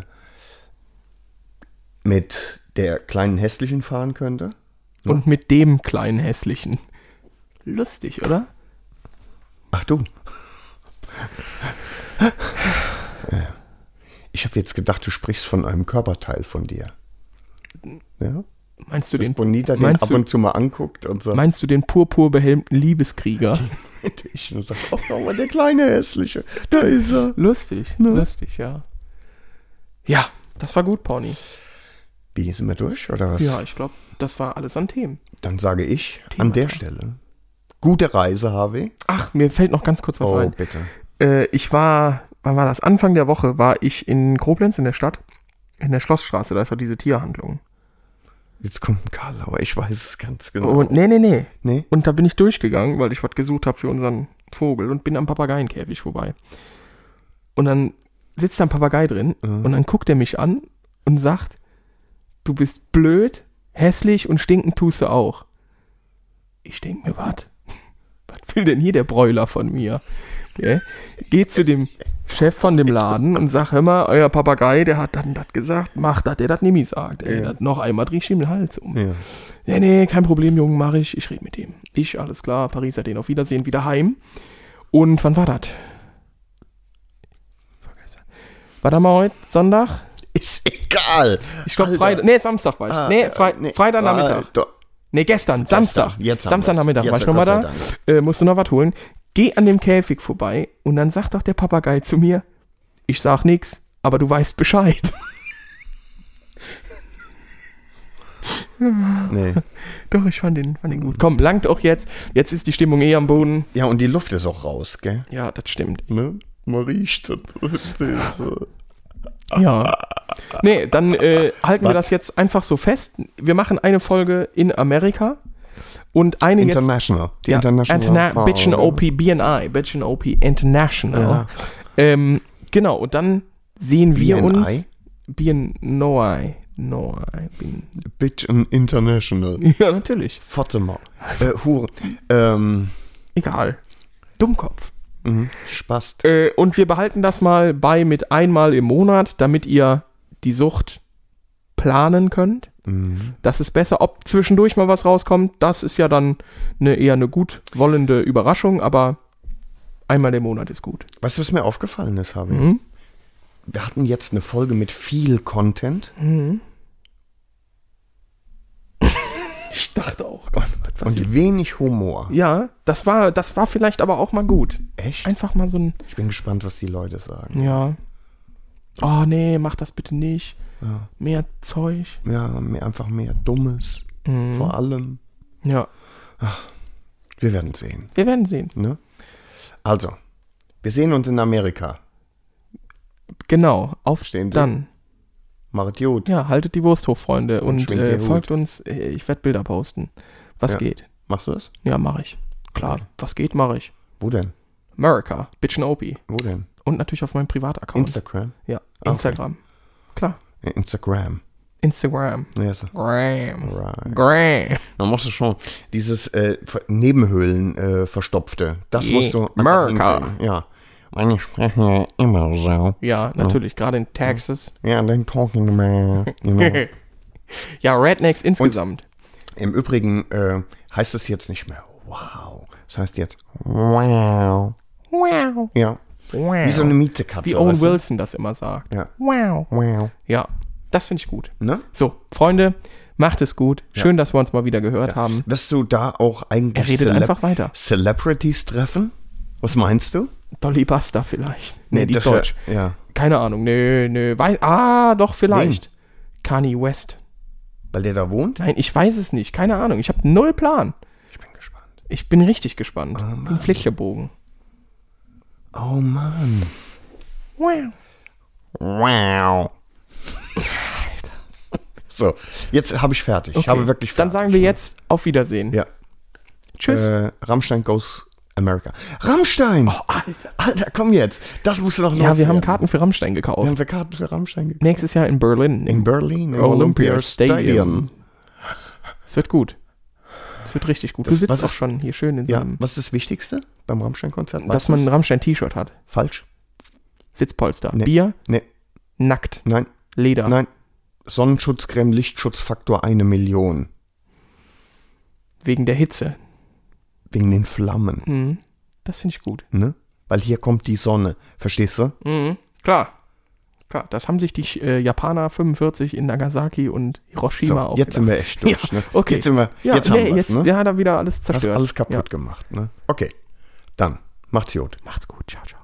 Speaker 3: mit der kleinen hässlichen fahren könnte.
Speaker 2: und mit dem kleinen hässlichen. Lustig, oder?
Speaker 3: Ach du. Ja. Äh, ich habe jetzt gedacht, du sprichst von einem Körperteil von dir. Ja?
Speaker 2: Meinst du
Speaker 3: Dass
Speaker 2: den
Speaker 3: Bonita den
Speaker 2: meinst
Speaker 3: ab
Speaker 2: du-
Speaker 3: und zu mal anguckt und sagt,
Speaker 2: meinst du den purpur behelmten Liebeskrieger?
Speaker 3: ich und sagt, oh, schau mal, der kleine hässliche, da ist er.
Speaker 2: (laughs) lustig, lustig, ja. Ja, das war gut, Pauni.
Speaker 3: Wie sind wir durch oder was?
Speaker 2: Ja, ich glaube, das war alles an Themen.
Speaker 3: Dann sage ich an der Stelle, gute Reise, Harvey. Oh,
Speaker 2: Ach, mir fällt noch ganz kurz was ein.
Speaker 3: bitte.
Speaker 2: äh, ich war, wann war das? Anfang der Woche war ich in Koblenz in der Stadt, in der Schlossstraße, da ist doch diese Tierhandlung.
Speaker 3: Jetzt kommt ein Karlauer, ich weiß es ganz genau.
Speaker 2: Und nee, nee, nee.
Speaker 3: nee?
Speaker 2: Und da bin ich durchgegangen, weil ich was gesucht habe für unseren Vogel und bin am Papageienkäfig vorbei. Und dann sitzt da ein Papagei drin und dann guckt er mich an und sagt, du bist blöd, hässlich und stinken tust du auch. Ich denk mir, was? (laughs) Was will denn hier der Bräuler von mir? Gell? Geht zu dem Chef von dem Laden und sagt immer, euer Papagei, der hat dann das gesagt, macht das, der das nie sagt. Ey, dat noch einmal dreh ich ihm den Hals um.
Speaker 3: Ja.
Speaker 2: Nee, nee, kein Problem, Jungen, mache ich. Ich rede mit dem. Ich, alles klar, Paris hat den auf Wiedersehen, wieder heim. Und wann war das? Vergessen. War da mal heute Sonntag?
Speaker 3: Ist egal.
Speaker 2: Ich glaube
Speaker 3: Alter.
Speaker 2: Freitag. Nee, Samstag war ich.
Speaker 3: Also, Ah,
Speaker 2: nee,
Speaker 3: äh,
Speaker 2: Fre
Speaker 3: nee,
Speaker 2: Freitagnachmittag.
Speaker 3: ah, doch.
Speaker 2: Nee, gestern, Samstag.
Speaker 3: jetzt haben
Speaker 2: Samstagnachmittag
Speaker 3: wir's.
Speaker 2: war
Speaker 3: Jetzt,
Speaker 2: ich nochmal
Speaker 3: Gott
Speaker 2: da.
Speaker 3: sei
Speaker 2: Äh, musste noch was holen. Geh an dem Käfig vorbei und dann sagt doch der Papagei zu mir, ich sag nix, aber du weißt Bescheid. (laughs)
Speaker 3: Nee.
Speaker 2: Doch, ich fand den, fand den gut. Komm, langt auch jetzt. Jetzt ist die Stimmung eh am Boden.
Speaker 3: Ja, und die Luft ist auch raus, gell?
Speaker 2: Ja, das stimmt.
Speaker 3: Ne? Man riecht das. das ist, äh,
Speaker 2: Ja. Nee, dann äh, halten wir das jetzt einfach so fest. Wir machen eine Folge in Amerika und eine jetzt
Speaker 3: International. Die International.
Speaker 2: Interna
Speaker 3: Erfahrung,
Speaker 2: Bitchin
Speaker 3: ne?
Speaker 2: OP BNI, Bitchin OP International.
Speaker 3: Ja.
Speaker 2: Ähm, genau, und dann sehen wir
Speaker 3: BNI?
Speaker 2: uns. BNI. Noi. bin- (laughs)
Speaker 3: Bitchin International.
Speaker 2: Ja, natürlich.
Speaker 3: Fotte mal. Äh, Huren. Ähm,
Speaker 2: Egal. Dummkopf.
Speaker 3: mhm. Spaß.
Speaker 2: Äh, und wir behalten das mal bei mit einmal im Monat, damit ihr die Sucht planen könnt.
Speaker 3: Mhm.
Speaker 2: Das ist besser. Ob zwischendurch mal was rauskommt, das ist ja dann eine, eher eine gut wollende Überraschung, aber einmal im Monat ist gut.
Speaker 3: Weißt du, was mir aufgefallen ist, Harvey?
Speaker 2: Mhm.
Speaker 3: Wir hatten jetzt eine Folge mit viel Content
Speaker 2: Ich dachte auch. oh
Speaker 3: und
Speaker 2: Mhm.
Speaker 3: wenig Humor.
Speaker 2: Ja, das war, das war vielleicht aber auch mal gut.
Speaker 3: Echt?
Speaker 2: Einfach mal so ein.
Speaker 3: Ich bin gespannt, was die Leute sagen.
Speaker 2: Ja. Oh nee, mach das bitte nicht.
Speaker 3: Ja,
Speaker 2: Mehr Zeug.
Speaker 3: ja mehr, einfach mehr Dummes.
Speaker 2: Mhm.
Speaker 3: Vor allem.
Speaker 2: Ja.
Speaker 3: Wir werden sehen.
Speaker 2: Wir werden sehen.
Speaker 3: Ne? Also, wir sehen uns in Amerika.
Speaker 2: Genau. Auf
Speaker 3: Stehen Sie?
Speaker 2: dann.
Speaker 3: Macht gut.
Speaker 2: Ja, haltet die Wurst hoch, Freunde. Und,
Speaker 3: schwingt
Speaker 2: äh,
Speaker 3: den Hut.
Speaker 2: folgt uns. Äh, Ich werde Bilder posten. Was
Speaker 3: Ja.
Speaker 2: geht?
Speaker 3: Machst du das?
Speaker 2: Ja, mache ich. Klar, was geht, mache ich.
Speaker 3: Wo denn?
Speaker 2: America, Bitchin' Opie.
Speaker 3: Wo denn?
Speaker 2: Und natürlich auf meinem Privataccount.
Speaker 3: Instagram.
Speaker 2: ja,
Speaker 3: Ah, okay.
Speaker 2: Instagram. Klar,
Speaker 3: Instagram.
Speaker 2: Instagram.
Speaker 3: Ja, so.
Speaker 2: Gram.
Speaker 3: Alright.
Speaker 2: Gram.
Speaker 3: Man muss schon dieses äh, Ver- Nebenhöhlen äh, verstopfte. Das
Speaker 2: Yeah.
Speaker 3: musst du. einfach
Speaker 2: America.
Speaker 3: hinkriegen. Ja. Meine sprechen ja immer so.
Speaker 2: Ja, natürlich, gerade in Texas.
Speaker 3: Ja, then talking about.
Speaker 2: (laughs)
Speaker 3: You know.
Speaker 2: ja, Rednecks insgesamt.
Speaker 3: Im Übrigen äh, heißt es jetzt nicht mehr wow. Es heißt jetzt wow.
Speaker 2: wow.
Speaker 3: Ja.
Speaker 2: Wow.
Speaker 3: Wie so eine Mietekatze.
Speaker 2: Wie Owen
Speaker 3: weißt du?
Speaker 2: Wilson das immer sagt.
Speaker 3: Ja.
Speaker 2: Wow.
Speaker 3: Wow.
Speaker 2: Ja, das finde ich gut.
Speaker 3: Ne?
Speaker 2: So, Freunde, macht es gut. Schön, dass wir uns mal wieder gehört haben.
Speaker 3: Wirst du da auch eigentlich
Speaker 2: Mhm. Er redet einfach weiter.
Speaker 3: Celebrities treffen? Was meinst du?
Speaker 2: Dolly Buster vielleicht. Nee, die ist
Speaker 3: das wär-
Speaker 2: deutsch.
Speaker 3: Ja.
Speaker 2: Keine Ahnung. Nö, nö. Wei ah, doch, vielleicht. Kanye West.
Speaker 3: Weil der da wohnt?
Speaker 2: Nein, ich weiß es nicht. Keine Ahnung. Ich habe null Plan.
Speaker 3: Ich bin gespannt.
Speaker 2: Ich bin richtig gespannt. Wie ein Flächebogen.
Speaker 3: Oh Mann.
Speaker 2: Wow.
Speaker 3: Wow. so, jetzt habe ich fertig. Ich habe wirklich fertig.
Speaker 2: Dann sagen wir jetzt auf Wiedersehen.
Speaker 3: Ja.
Speaker 2: Tschüss.
Speaker 3: Äh, Rammstein goes America. Rammstein!
Speaker 2: Alter.
Speaker 3: Alter, komm jetzt. Das musst du doch
Speaker 2: Ja, wir haben
Speaker 3: loswerden.
Speaker 2: Karten für Rammstein gekauft.
Speaker 3: Wir haben wir Karten für Rammstein gekauft.
Speaker 2: Nächstes Jahr in Berlin.
Speaker 3: In Berlin, im
Speaker 2: Olympia
Speaker 3: Olympia Stadium.
Speaker 2: Stadium. Es wird gut. Es wird richtig gut. Du
Speaker 3: Das- was
Speaker 2: sitzt auch
Speaker 3: ist-
Speaker 2: schon hier schön in
Speaker 3: Ja,
Speaker 2: seinem,
Speaker 3: was ist das Wichtigste beim Rammstein-Konzert?
Speaker 2: Mhm. dass
Speaker 3: Weißt
Speaker 2: man ein
Speaker 3: du's?
Speaker 2: Rammstein-T-Shirt hat.
Speaker 3: Falsch.
Speaker 2: Sitzpolster.
Speaker 3: Nee.
Speaker 2: Bier,
Speaker 3: Nee,
Speaker 2: nackt,
Speaker 3: nein,
Speaker 2: Leder.
Speaker 3: nein. Sonnenschutzcreme, Lichtschutzfaktor eine Million.
Speaker 2: Wegen der Hitze.
Speaker 3: Wegen den Flammen,
Speaker 2: Mhm. Das finde ich gut.
Speaker 3: ne? Weil hier kommt die Sonne. Verstehst du?
Speaker 2: Mhm. Klar. Klar, das haben sich die äh, Japaner 45 in Nagasaki und Hiroshima
Speaker 3: So,
Speaker 2: auch
Speaker 3: jetzt sind wir echt durch.
Speaker 2: Ja,
Speaker 3: ne?
Speaker 2: okay.
Speaker 3: Jetzt, sind wir,
Speaker 2: ja,
Speaker 3: jetzt
Speaker 2: nee,
Speaker 3: haben wir es.
Speaker 2: jetzt,
Speaker 3: Ne?
Speaker 2: Ja, da wieder alles
Speaker 3: Hast
Speaker 2: zerstört.
Speaker 3: alles kaputt
Speaker 2: Ja.
Speaker 3: gemacht. Ne? Okay, dann macht's gut.
Speaker 2: Macht's gut. Ciao, ciao.